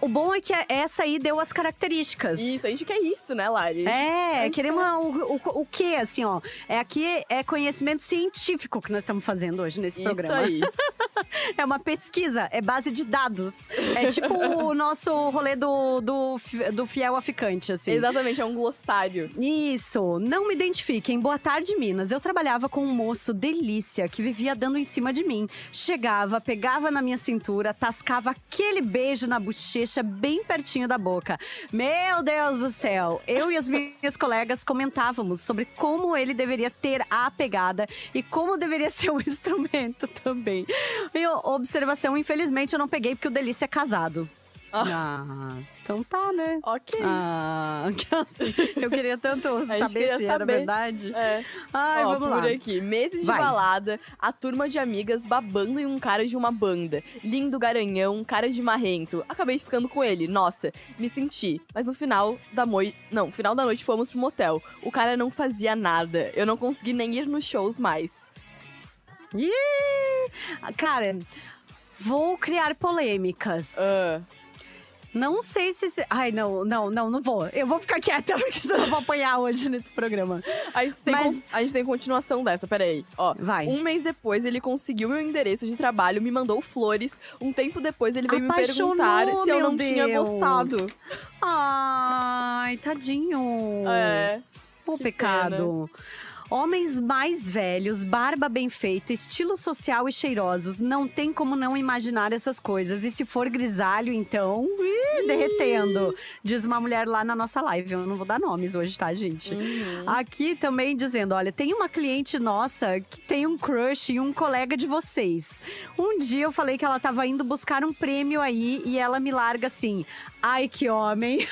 [SPEAKER 3] O bom é que essa aí deu as características.
[SPEAKER 4] Isso, a gente quer isso, né, Lari?
[SPEAKER 3] É,
[SPEAKER 4] Ai,
[SPEAKER 3] queremos o, o, o que, assim, ó. É aqui é conhecimento científico que nós estamos fazendo hoje nesse
[SPEAKER 4] Isso
[SPEAKER 3] programa.
[SPEAKER 4] aí.
[SPEAKER 3] É uma pesquisa, é base de dados. É tipo o nosso rolê do, do, fi- do fiel aficante, assim.
[SPEAKER 4] Exatamente, é um glossário.
[SPEAKER 3] Isso, não me identifiquem. Boa tarde, Minas. Eu trabalhava com um moço delícia que vivia dando em cima de mim. Chegava, pegava na minha cintura, tascava aquele beijo na bochecha bem pertinho da boca. Meu Deus do céu! Eu e as minhas colegas comentávamos sobre como ele deveria ter a pegada e como deveria ser o instrumento também. Minha observação, infelizmente, eu não peguei porque o delícia é casado. Ah, então tá, né?
[SPEAKER 4] Ok.
[SPEAKER 3] Ah, eu queria tanto
[SPEAKER 4] gente
[SPEAKER 3] saber
[SPEAKER 4] queria
[SPEAKER 3] se era
[SPEAKER 4] saber.
[SPEAKER 3] verdade.
[SPEAKER 4] É.
[SPEAKER 3] Ai,
[SPEAKER 4] Ó,
[SPEAKER 3] vamos
[SPEAKER 4] por
[SPEAKER 3] lá.
[SPEAKER 4] aqui. Meses de
[SPEAKER 3] Vai.
[SPEAKER 4] balada, a turma de amigas babando em um cara de uma banda. Lindo garanhão, cara de marrento. Acabei ficando com ele, nossa, me senti. Mas no final da noite. Não, final da noite fomos pro motel. O cara não fazia nada. Eu não consegui nem ir nos shows mais.
[SPEAKER 3] Ih, Cara, vou criar polêmicas.
[SPEAKER 4] Ah,
[SPEAKER 3] Não sei se. se- Ai, não, não, não, não vou. Eu vou ficar quieta porque senão eu vou apanhar hoje nesse programa.
[SPEAKER 4] a, gente tem
[SPEAKER 3] Mas-
[SPEAKER 4] con- a gente tem continuação dessa, peraí. Ó,
[SPEAKER 3] Vai.
[SPEAKER 4] Um mês depois, ele conseguiu meu endereço de trabalho, me mandou flores. Um tempo depois, ele veio
[SPEAKER 3] Apaixonou,
[SPEAKER 4] me perguntar se eu
[SPEAKER 3] meu
[SPEAKER 4] não tinha
[SPEAKER 3] Deus.
[SPEAKER 4] gostado.
[SPEAKER 3] Ai, tadinho.
[SPEAKER 4] É.
[SPEAKER 3] Pô,
[SPEAKER 4] que
[SPEAKER 3] pecado. Homens mais velhos, barba bem feita, estilo social e cheirosos. Não tem como não imaginar essas coisas. E se for grisalho, então, ih, derretendo. Diz uma mulher lá na nossa live. Eu não vou dar nomes hoje, tá, gente?
[SPEAKER 4] Uhum.
[SPEAKER 3] Aqui também dizendo: olha, tem uma cliente nossa que tem um crush em um colega de vocês. Um dia eu falei que ela tava indo buscar um prêmio aí e ela me larga assim: ai, que homem.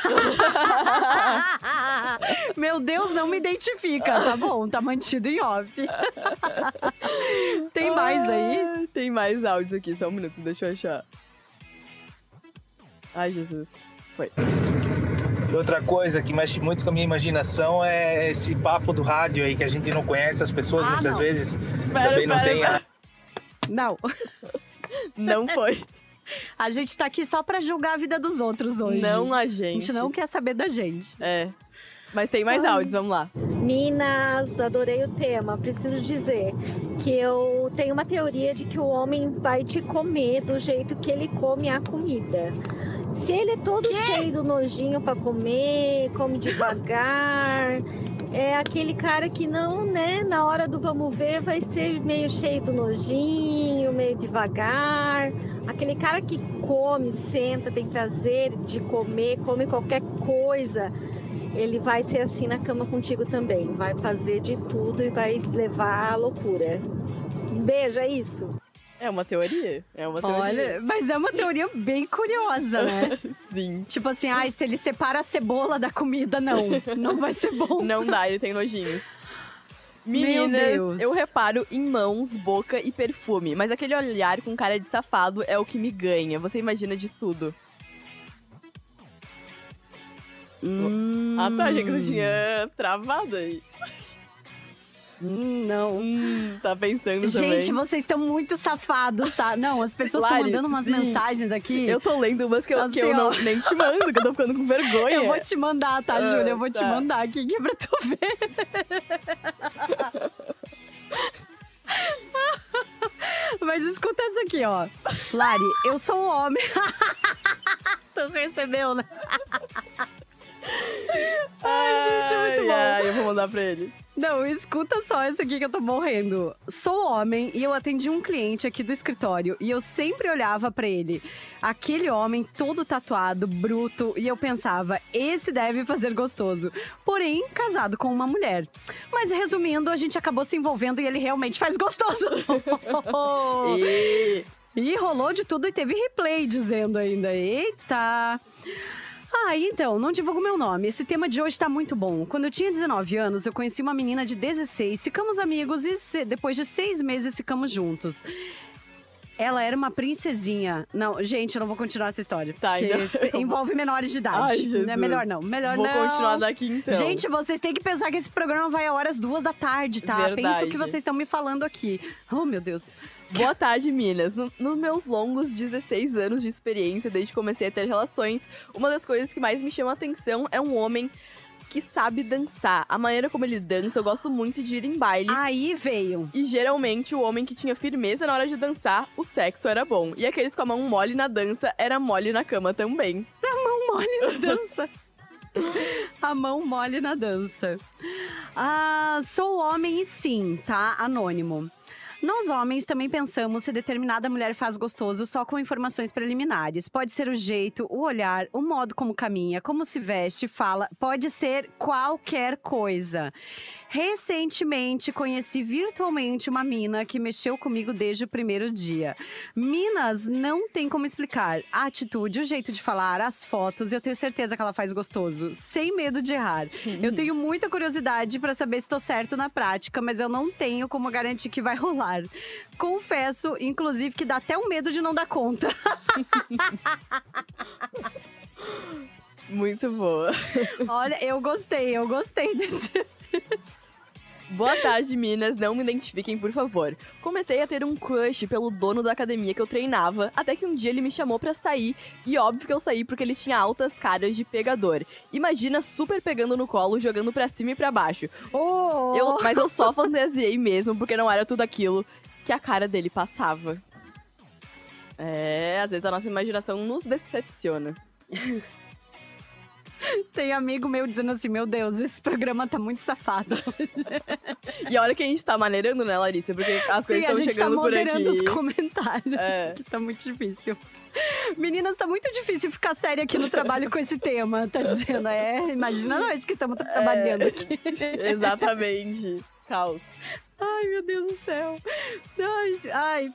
[SPEAKER 3] Meu Deus, não me identifica. Tá bom, tá mantido em off. tem mais aí?
[SPEAKER 4] Ah, Tem mais áudios aqui, só um minuto, deixa eu achar. Ai, Jesus. Foi.
[SPEAKER 11] E outra coisa que mexe muito com a minha imaginação é esse papo do rádio aí que a gente não conhece as pessoas
[SPEAKER 3] Ah,
[SPEAKER 11] muitas
[SPEAKER 3] não.
[SPEAKER 11] vezes
[SPEAKER 4] Pera,
[SPEAKER 11] também não
[SPEAKER 4] pera,
[SPEAKER 11] tem
[SPEAKER 4] pera.
[SPEAKER 11] a-
[SPEAKER 3] Não.
[SPEAKER 4] Não foi.
[SPEAKER 3] A gente tá aqui só pra julgar a vida dos outros hoje.
[SPEAKER 4] Não a
[SPEAKER 3] a
[SPEAKER 4] gente.
[SPEAKER 3] gente não quer saber da gente.
[SPEAKER 4] É. Mas tem mais áudios, vamos lá.
[SPEAKER 12] Minas, adorei o tema. Preciso dizer que eu tenho uma teoria de que o homem vai te comer do jeito que ele come a comida. Se ele é todo cheio do nojinho pra comer, come devagar, é aquele cara que não, né, na hora do vamos ver vai ser meio cheio do nojinho, meio devagar. Aquele cara que come, senta, tem prazer de comer, come qualquer coisa ele vai ser assim na cama contigo também. Vai fazer de tudo e vai levar à loucura. Um beijo, é isso.
[SPEAKER 4] É uma teoria. É uma teoria.
[SPEAKER 3] Olha, mas é uma teoria bem curiosa, né?
[SPEAKER 4] Sim.
[SPEAKER 3] tipo assim, ai, se ele separa a cebola da comida, não. Não vai ser bom.
[SPEAKER 4] Não dá, ele tem nojinhos.
[SPEAKER 3] Meu
[SPEAKER 4] Meninas,
[SPEAKER 3] Deus.
[SPEAKER 4] eu reparo em mãos, boca e perfume, mas aquele olhar com cara de safado é o que me ganha. Você imagina de tudo.
[SPEAKER 3] Hum,
[SPEAKER 4] Ah, tá, achei que você tinha travado aí.
[SPEAKER 3] hum, Não.
[SPEAKER 4] Hum, tá pensando também.
[SPEAKER 3] Gente, vocês estão muito safados, tá? Não, as pessoas estão
[SPEAKER 4] Lari,
[SPEAKER 3] mandando umas
[SPEAKER 4] sim.
[SPEAKER 3] mensagens aqui.
[SPEAKER 4] Eu tô lendo umas que eu, que eu
[SPEAKER 3] Assim,
[SPEAKER 4] não,
[SPEAKER 3] ó.
[SPEAKER 4] nem te mando, que eu tô ficando com vergonha.
[SPEAKER 3] Eu vou te mandar, tá,
[SPEAKER 4] Ah,
[SPEAKER 3] Júlia? Eu vou te
[SPEAKER 4] tá.
[SPEAKER 3] mandar aqui que é pra tu ver. Mas escuta essa aqui, ó. Lari, eu sou um homem. tu recebeu, né?
[SPEAKER 4] Ai,
[SPEAKER 3] gente, é muito bom.
[SPEAKER 4] ai, eu vou mandar pra ele.
[SPEAKER 3] Não, escuta só essa aqui que eu tô morrendo. Sou homem e eu atendi um cliente aqui do escritório e eu sempre olhava pra ele, aquele homem todo tatuado, bruto, e eu pensava, esse deve fazer gostoso. Porém, casado com uma mulher. Mas resumindo, a gente acabou se envolvendo e ele realmente faz gostoso. e rolou de tudo e teve replay dizendo ainda. Eita! Ah, então, não divulgo meu nome. Esse tema de hoje tá muito bom. Quando eu tinha 19 anos, eu conheci uma menina de 16, ficamos amigos e se- depois de seis meses ficamos juntos. Ela era uma princesinha. Não, gente, eu não vou continuar essa história. Tá,
[SPEAKER 4] então.
[SPEAKER 3] Envolve menores de idade.
[SPEAKER 4] Ai, Jesus.
[SPEAKER 3] Não é melhor não. Melhor
[SPEAKER 4] Vou
[SPEAKER 3] não.
[SPEAKER 4] continuar daqui, então.
[SPEAKER 3] Gente, vocês têm que pensar que esse programa vai a horas duas da tarde, tá? Pensa o que
[SPEAKER 4] Verdade.
[SPEAKER 3] vocês estão me falando aqui. Oh, meu Deus.
[SPEAKER 4] Boa tarde, Minas. No- nos meus longos 16 anos de experiência, desde que comecei a ter relações, uma das coisas que mais me chama a atenção é um homem que sabe dançar. A maneira como ele dança, eu gosto muito de ir em bailes.
[SPEAKER 3] Aí veio.
[SPEAKER 4] E geralmente o homem que tinha firmeza na hora de dançar, o sexo era bom. E aqueles com a mão mole na dança, era mole na cama também.
[SPEAKER 3] A mão mole na dança. A mão mole na dança. Ah, sou homem e sim, tá? Anônimo. Nós homens também pensamos se determinada mulher faz gostoso só com informações preliminares. Pode ser o jeito, o olhar, o modo como caminha, como se veste, fala, pode ser qualquer coisa. Recentemente conheci virtualmente uma mina que mexeu comigo desde o primeiro dia. Minas não tem como explicar. A atitude, o jeito de falar, as fotos, eu tenho certeza que ela faz gostoso, sem medo de errar. Eu tenho muita curiosidade pra saber se estou certo na prática, mas eu não tenho como garantir que vai rolar. Confesso, inclusive, que dá até um medo de não dar conta.
[SPEAKER 4] Muito boa.
[SPEAKER 3] Olha, eu gostei, eu gostei desse.
[SPEAKER 4] Boa tarde, Minas. Não me identifiquem, por favor. Comecei a ter um crush pelo dono da academia que eu treinava, até que um dia ele me chamou pra sair, e óbvio que eu saí porque ele tinha altas caras de pegador. Imagina super pegando no colo, jogando pra cima e pra baixo.
[SPEAKER 3] Oh.
[SPEAKER 4] Eu- mas eu só fantasiei mesmo, porque não era tudo aquilo que a cara dele passava. É, às vezes a nossa imaginação nos decepciona.
[SPEAKER 3] Tem amigo meu dizendo assim: meu Deus, esse programa tá muito safado.
[SPEAKER 4] E a hora que a gente tá maneirando, né, Larissa? Porque as
[SPEAKER 3] Sim,
[SPEAKER 4] coisas
[SPEAKER 3] a
[SPEAKER 4] estão
[SPEAKER 3] gente tá
[SPEAKER 4] chegando por aqui. É.
[SPEAKER 3] moderando os comentários, que tá muito difícil. Meninas, tá muito difícil ficar séria aqui no trabalho com esse tema, tá dizendo? É, imagina nós que estamos trabalhando
[SPEAKER 4] É.
[SPEAKER 3] aqui.
[SPEAKER 4] Exatamente. Caos.
[SPEAKER 3] Ai, meu Deus do céu. Ai, Ju- ai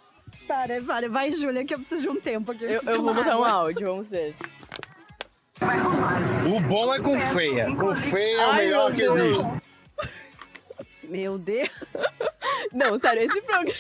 [SPEAKER 3] para, para. Vai, Júlia, que eu preciso de um tempo aqui.
[SPEAKER 4] Eu, eu vou botar um áudio, vamos ver.
[SPEAKER 11] O bom é com feia. Com feia é o
[SPEAKER 4] Ai,
[SPEAKER 11] melhor
[SPEAKER 4] meu
[SPEAKER 11] que
[SPEAKER 4] Deus.
[SPEAKER 11] existe.
[SPEAKER 3] Meu Deus.
[SPEAKER 4] Não, sério, esse programa.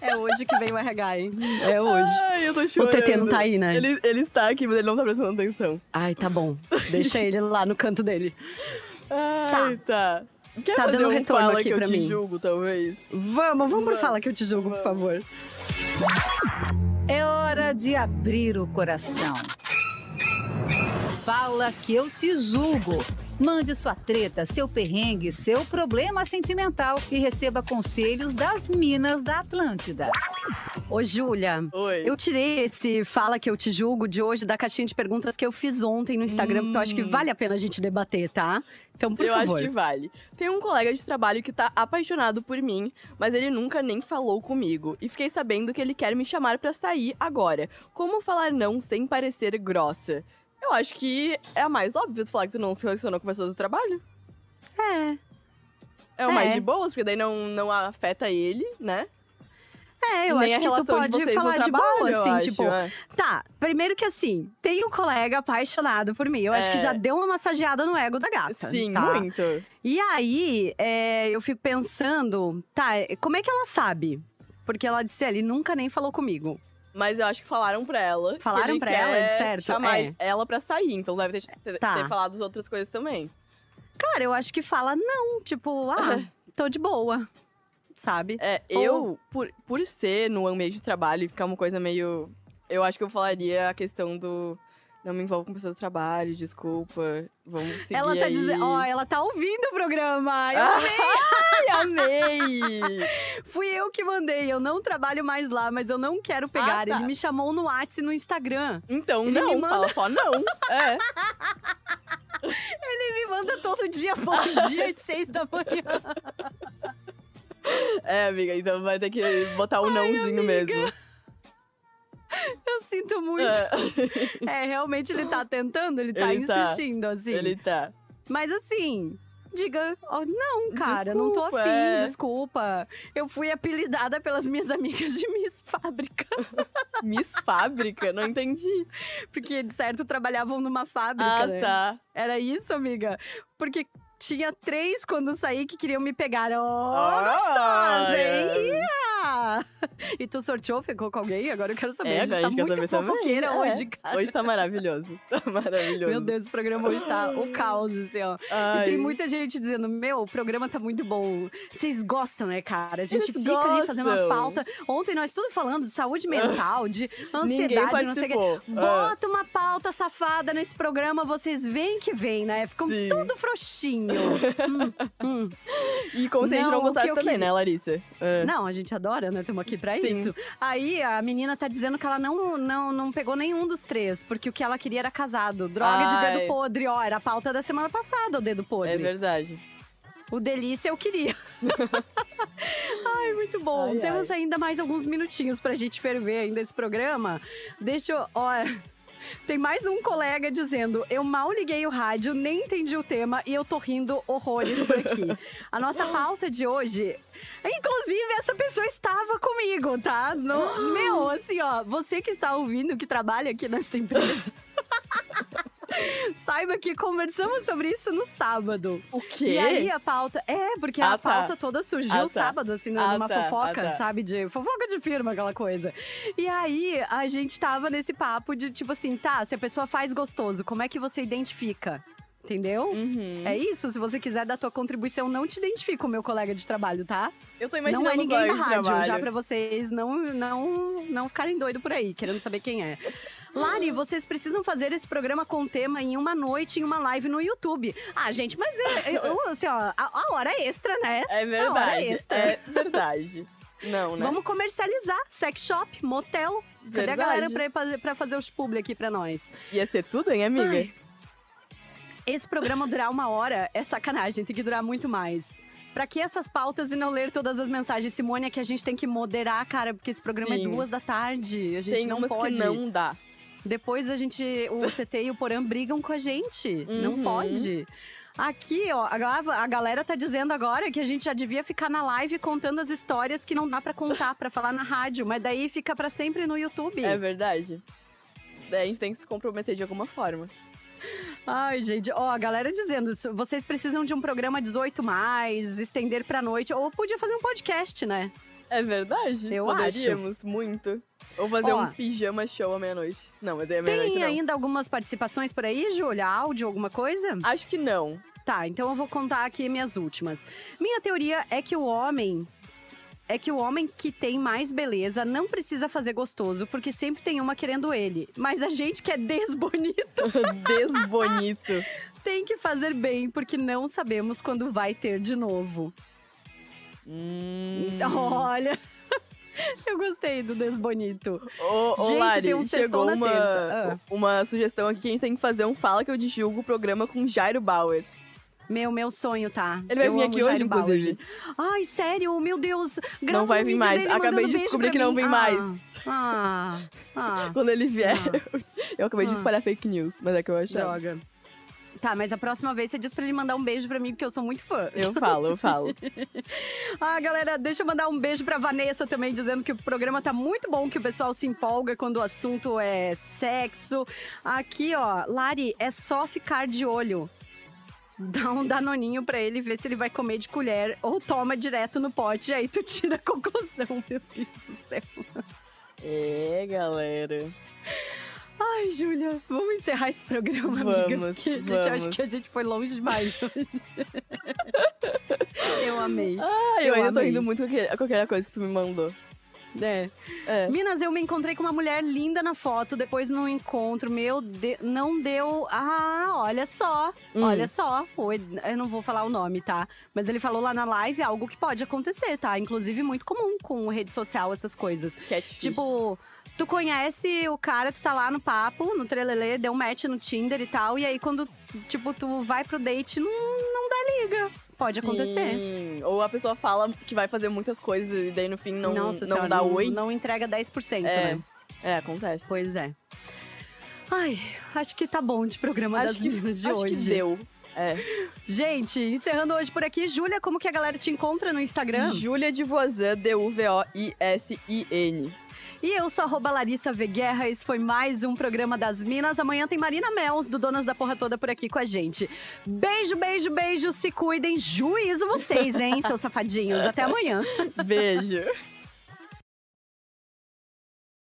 [SPEAKER 3] É hoje que vem o RH, hein? É hoje.
[SPEAKER 4] Ai, eu tô chorando.
[SPEAKER 3] O TT não tá aí, né?
[SPEAKER 4] Ele, ele está aqui, mas ele não tá prestando atenção.
[SPEAKER 3] Ai, tá bom. Deixa ele lá no canto dele.
[SPEAKER 4] Ai, tá. Quer
[SPEAKER 3] Tá
[SPEAKER 4] fazer
[SPEAKER 3] dando
[SPEAKER 4] um
[SPEAKER 3] retorno
[SPEAKER 4] fala
[SPEAKER 3] aqui
[SPEAKER 4] que eu
[SPEAKER 3] pra
[SPEAKER 4] te
[SPEAKER 3] mim.
[SPEAKER 4] julgo, talvez?
[SPEAKER 3] Vamos, vamos pro Fala que eu te julgo, por favor.
[SPEAKER 1] É hora de abrir o coração. Fala que eu te julgo. Mande sua treta, seu perrengue, seu problema sentimental e receba conselhos das Minas da Atlântida.
[SPEAKER 3] Ô, Júlia.
[SPEAKER 4] Oi.
[SPEAKER 3] Eu tirei esse Fala Que Eu Te Julgo de hoje da caixinha de perguntas que eu fiz ontem no Instagram, porque eu acho que vale a pena a gente debater, tá? Então, por
[SPEAKER 4] Hum. eu
[SPEAKER 3] favor.
[SPEAKER 4] acho que vale. Tem um colega de trabalho que tá apaixonado por mim, mas ele nunca nem falou comigo. E fiquei sabendo que ele quer me chamar pra sair agora. Como falar não sem parecer grossa? Eu acho que é a mais óbvia tu falar que tu não se relacionou com pessoas do trabalho.
[SPEAKER 3] É.
[SPEAKER 4] É o mais
[SPEAKER 3] É.
[SPEAKER 4] de boas, porque daí não, não afeta ele, né?
[SPEAKER 3] É, eu
[SPEAKER 4] Nem a
[SPEAKER 3] acho que tu
[SPEAKER 4] relação de
[SPEAKER 3] pode
[SPEAKER 4] vocês no
[SPEAKER 3] falar de
[SPEAKER 4] trabalho,
[SPEAKER 3] boa,
[SPEAKER 4] eu
[SPEAKER 3] assim,
[SPEAKER 4] acho,
[SPEAKER 3] tipo.
[SPEAKER 4] é.
[SPEAKER 3] Tá, primeiro que assim, tem um colega apaixonado por mim. Eu acho
[SPEAKER 4] É.
[SPEAKER 3] que já deu uma massageada no ego da gata.
[SPEAKER 4] Sim,
[SPEAKER 3] tá?
[SPEAKER 4] muito.
[SPEAKER 3] E aí, é, eu fico pensando, tá, como é que ela sabe? Porque ela disse, ele nunca nem falou comigo.
[SPEAKER 4] Mas eu acho que falaram pra ela. que
[SPEAKER 3] Falaram
[SPEAKER 4] ele
[SPEAKER 3] pra
[SPEAKER 4] quer
[SPEAKER 3] ela, é certo,
[SPEAKER 4] Chamar
[SPEAKER 3] é.
[SPEAKER 4] ela pra sair, então deve ter, ter,
[SPEAKER 3] Tá.
[SPEAKER 4] ter falado as outras coisas também.
[SPEAKER 3] Cara, eu acho que fala não, tipo, ah, tô de boa, sabe?
[SPEAKER 4] É, eu, por, por ser no ambiente de trabalho e ficar uma coisa meio. Eu acho que eu falaria a questão do. Não me envolvo com pessoas do trabalho, desculpa. Vamos seguir
[SPEAKER 3] Ela tá
[SPEAKER 4] aí. Ah!
[SPEAKER 3] dizendo, ó, ela tá ouvindo o programa. Eu
[SPEAKER 4] amei! amei!
[SPEAKER 3] Fui eu que mandei, eu não trabalho mais lá, mas eu não quero pegar.
[SPEAKER 4] Ah, tá.
[SPEAKER 3] Ele me chamou no WhatsApp e no Instagram.
[SPEAKER 4] Então
[SPEAKER 3] Ele me
[SPEAKER 4] não,
[SPEAKER 3] manda-
[SPEAKER 4] fala só não. É.
[SPEAKER 3] Ele me manda todo dia, bom dia, às seis da manhã.
[SPEAKER 4] É, amiga, então vai ter que botar um nãozinho mesmo.
[SPEAKER 3] Eu sinto muito. É, realmente ele tá tentando, ele tá
[SPEAKER 4] Ele tá.
[SPEAKER 3] insistindo, assim.
[SPEAKER 4] Ele tá.
[SPEAKER 3] Mas assim, diga, ó, não, cara, não tô
[SPEAKER 4] Desculpa,
[SPEAKER 3] afim,
[SPEAKER 4] é.
[SPEAKER 3] desculpa. Eu fui apelidada pelas minhas amigas de Miss Fábrica.
[SPEAKER 4] Miss Fábrica? Não entendi.
[SPEAKER 3] Porque, de certo, trabalhavam numa fábrica.
[SPEAKER 4] Ah,
[SPEAKER 3] né?
[SPEAKER 4] tá.
[SPEAKER 3] Era isso, amiga? Porque tinha três quando eu saí que queriam me pegar. Ô,
[SPEAKER 4] Olha!
[SPEAKER 3] gostosa, hein? Ia! E tu sorteou, ficou com alguém? Agora eu quero saber.
[SPEAKER 4] É,
[SPEAKER 3] a gente tá
[SPEAKER 4] agora a gente quer
[SPEAKER 3] muito
[SPEAKER 4] saber também.
[SPEAKER 3] fofoqueira
[SPEAKER 4] É.
[SPEAKER 3] hoje, cara.
[SPEAKER 4] Hoje tá maravilhoso. Tá maravilhoso.
[SPEAKER 3] Meu Deus, esse programa hoje tá o caos, assim, ó. E
[SPEAKER 4] Ai.
[SPEAKER 3] tem muita gente dizendo, meu, o programa tá muito bom. Vocês gostam, né, cara? A gente
[SPEAKER 4] Eles
[SPEAKER 3] fica ali fazendo umas
[SPEAKER 4] gostam.
[SPEAKER 3] pautas. Ontem nós tudo falando de saúde mental, de ansiedade,
[SPEAKER 4] Ninguém
[SPEAKER 3] não sei o quê.
[SPEAKER 4] participou. Ah.
[SPEAKER 3] Bota uma pauta safada nesse programa, vocês veem que vem, né? Ficam tudo frouxinho. Hum, hum.
[SPEAKER 4] E como se a gente
[SPEAKER 3] Não,
[SPEAKER 4] não
[SPEAKER 3] o que
[SPEAKER 4] gostasse
[SPEAKER 3] eu
[SPEAKER 4] também,
[SPEAKER 3] queria-
[SPEAKER 4] né, Larissa? Ah.
[SPEAKER 3] Não, a gente adora, né? Estamos aqui pra
[SPEAKER 4] Sim.
[SPEAKER 3] isso. Aí a menina tá dizendo que ela não, não, não pegou nenhum dos três, porque o que ela queria era casado. Droga de dedo
[SPEAKER 4] Ai.
[SPEAKER 3] podre, ó. Era a pauta da semana passada, o dedo podre.
[SPEAKER 4] É verdade.
[SPEAKER 3] O delícia eu queria. ai, muito bom.
[SPEAKER 4] Ai,
[SPEAKER 3] Temos ainda mais alguns minutinhos pra gente ferver ainda esse programa. Deixa eu. Ó, tem mais um colega dizendo: Eu mal liguei o rádio, nem entendi o tema e eu tô rindo horrores por aqui. A nossa pauta de hoje. Inclusive, essa pessoa estava comigo, tá? No, meu, assim, ó, você que está ouvindo, que trabalha aqui nesta empresa. Saiba que conversamos sobre isso no sábado. O
[SPEAKER 4] quê?
[SPEAKER 3] E aí a pauta. É, porque a
[SPEAKER 4] Ah, tá.
[SPEAKER 3] pauta toda surgiu
[SPEAKER 4] Ah, tá.
[SPEAKER 3] sábado, assim,
[SPEAKER 4] Ah,
[SPEAKER 3] numa
[SPEAKER 4] tá,
[SPEAKER 3] fofoca,
[SPEAKER 4] ah, tá.
[SPEAKER 3] sabe? De fofoca de firma, aquela coisa. E aí a gente tava nesse papo de tipo assim, tá, se a pessoa faz gostoso, como é que você identifica? Entendeu?
[SPEAKER 4] Uhum.
[SPEAKER 3] É isso. Se você quiser dar tua contribuição, não te identifica o meu colega de trabalho, tá?
[SPEAKER 4] Eu tô imaginando
[SPEAKER 3] Não é ninguém
[SPEAKER 4] agora
[SPEAKER 3] no
[SPEAKER 4] de
[SPEAKER 3] rádio,
[SPEAKER 4] trabalho.
[SPEAKER 3] já pra vocês não, não, não ficarem doido por aí, querendo saber quem é. Lari, vocês precisam fazer esse programa com tema em uma noite, em uma live no YouTube. Ah, gente, mas é, eu, assim, ó, a, a hora extra, né?
[SPEAKER 4] É
[SPEAKER 3] A hora
[SPEAKER 4] verdade.
[SPEAKER 3] extra.
[SPEAKER 4] É verdade. Não, né?
[SPEAKER 3] Vamos comercializar. Sex shop, motel. Cadê a
[SPEAKER 4] Verdade.
[SPEAKER 3] galera pra, ir fazer- pra fazer os publi aqui pra nós?
[SPEAKER 4] Ia ser tudo, hein, amiga?
[SPEAKER 3] Ai. Esse programa durar uma hora é sacanagem, tem que durar muito mais. Pra que essas pautas e não ler todas as mensagens, Simone? É que a gente tem que moderar, cara, porque esse programa é
[SPEAKER 4] Sim.
[SPEAKER 3] duas da tarde. A gente
[SPEAKER 4] Tem
[SPEAKER 3] não
[SPEAKER 4] umas que
[SPEAKER 3] pode.
[SPEAKER 4] não dá.
[SPEAKER 3] Depois a gente. O TT e o Porã brigam com a gente. Não
[SPEAKER 4] Uhum.
[SPEAKER 3] pode. Aqui, ó, a ga- a galera tá dizendo agora que a gente já devia ficar na live contando as histórias que não dá pra contar, pra falar na rádio, mas daí fica pra sempre no YouTube.
[SPEAKER 4] É verdade. Daí a gente tem que se comprometer de alguma forma.
[SPEAKER 3] Ai, gente, ó, a galera dizendo, isso, vocês precisam de um programa 18 mais, estender pra noite, ou podia fazer um podcast, né?
[SPEAKER 4] É verdade?
[SPEAKER 3] Eu
[SPEAKER 4] Poderíamos muito. Ou fazer
[SPEAKER 3] Ó.
[SPEAKER 4] um pijama show à meia-noite. Não, mas daí à meia-noite
[SPEAKER 3] Tem
[SPEAKER 4] não.
[SPEAKER 3] ainda algumas participações por aí, Júlia? Áudio, alguma coisa?
[SPEAKER 4] Acho que não.
[SPEAKER 3] Tá, então eu vou contar aqui minhas últimas. Minha teoria é que o homem. É que o homem que tem mais beleza não precisa fazer gostoso, porque sempre tem uma querendo ele. Mas a gente que é desbonito.
[SPEAKER 4] Desbonito.
[SPEAKER 3] tem que fazer bem, porque não sabemos quando vai ter de novo.
[SPEAKER 4] Hum.
[SPEAKER 3] Então, Olha. Eu gostei do desbonito.
[SPEAKER 4] Ô, ô,
[SPEAKER 3] gente,
[SPEAKER 4] Lari,
[SPEAKER 3] tem um sextou
[SPEAKER 4] chegou
[SPEAKER 3] na
[SPEAKER 4] uma,
[SPEAKER 3] terça. Ah.
[SPEAKER 4] uma sugestão aqui que a gente tem que fazer um Fala Que Eu Disjulgo o programa com Jairo Bauer.
[SPEAKER 3] Meu, meu sonho, tá?
[SPEAKER 4] Ele vai
[SPEAKER 3] Eu
[SPEAKER 4] vir
[SPEAKER 3] amo
[SPEAKER 4] aqui hoje,
[SPEAKER 3] Jairo Bauer.
[SPEAKER 4] inclusive.
[SPEAKER 3] Ai, sério, meu Deus. grava
[SPEAKER 4] Não vai
[SPEAKER 3] um
[SPEAKER 4] vir
[SPEAKER 3] vídeo
[SPEAKER 4] mais. Ah,
[SPEAKER 3] dele
[SPEAKER 4] Acabei de
[SPEAKER 3] mandando beijo
[SPEAKER 4] descobrir
[SPEAKER 3] pra
[SPEAKER 4] que não
[SPEAKER 3] mim.
[SPEAKER 4] vem
[SPEAKER 3] Ah,
[SPEAKER 4] mais.
[SPEAKER 3] Ah, ah.
[SPEAKER 4] Quando ele vier, eu acabei
[SPEAKER 3] Ah.
[SPEAKER 4] de espalhar fake news, mas é que eu achava.
[SPEAKER 3] Droga. Então. Tá, mas a próxima vez você diz pra ele mandar um beijo pra mim, porque eu sou muito fã.
[SPEAKER 4] Eu falo, eu falo.
[SPEAKER 3] ah, galera, deixa eu mandar um beijo pra Vanessa também, dizendo que o programa tá muito bom, que o pessoal se empolga quando o assunto é sexo. Aqui, ó, Lari, é só ficar de olho. Dá um danoninho pra ele ver se ele vai comer de colher ou toma direto no pote, e aí tu tira a conclusão, meu Deus do céu.
[SPEAKER 4] É, galera.
[SPEAKER 3] Ai, Júlia, vamos encerrar esse programa, amiga.
[SPEAKER 4] Vamos,
[SPEAKER 3] porque a gente
[SPEAKER 4] vamos.
[SPEAKER 3] acho que a gente foi longe demais. eu amei.
[SPEAKER 4] Ah, eu, ainda tô
[SPEAKER 3] amei. Ah,
[SPEAKER 4] rindo muito com aquele- com aquela coisa que tu me mandou.
[SPEAKER 3] É. Minas, eu me encontrei com uma mulher linda na foto, depois no encontro, meu, de- não deu. Ah, olha só,
[SPEAKER 4] Hum.
[SPEAKER 3] olha só. O Ed- Eu não vou falar o nome, tá? Mas ele falou lá na live algo que pode acontecer, tá? Inclusive, muito comum com rede social, essas coisas.
[SPEAKER 4] Que é difícil.
[SPEAKER 3] Tipo, tu conhece o cara, tu tá lá no papo, no trelelê, deu um match no Tinder e tal, e aí quando, tipo, tu vai pro date, não, não dá liga. Pode
[SPEAKER 4] Sim.
[SPEAKER 3] acontecer.
[SPEAKER 4] Ou a pessoa fala que vai fazer muitas coisas e daí no fim não,
[SPEAKER 3] Nossa
[SPEAKER 4] não
[SPEAKER 3] senhora,
[SPEAKER 4] dá
[SPEAKER 3] não-
[SPEAKER 4] oi.
[SPEAKER 3] Não entrega 10%,
[SPEAKER 4] É.
[SPEAKER 3] né?
[SPEAKER 4] É, acontece.
[SPEAKER 3] Pois é. Ai, acho que tá bom de programa
[SPEAKER 4] Acho
[SPEAKER 3] das
[SPEAKER 4] que-
[SPEAKER 3] meninas de
[SPEAKER 4] acho
[SPEAKER 3] hoje.
[SPEAKER 4] que deu.
[SPEAKER 3] Gente, encerrando hoje por aqui. Júlia, como que a galera te encontra no Instagram?
[SPEAKER 4] Júlia de Voisin, D-U-V-O-I-S-I-N.
[SPEAKER 3] E eu sou arroba Larissa Veguerra, esse foi mais um programa das Minas. Amanhã tem Marina Mels, do Donas da Porra Toda, por aqui com a gente. Beijo, beijo, beijo, se cuidem. Juízo vocês, hein, seus safadinhos. Até amanhã.
[SPEAKER 4] Beijo.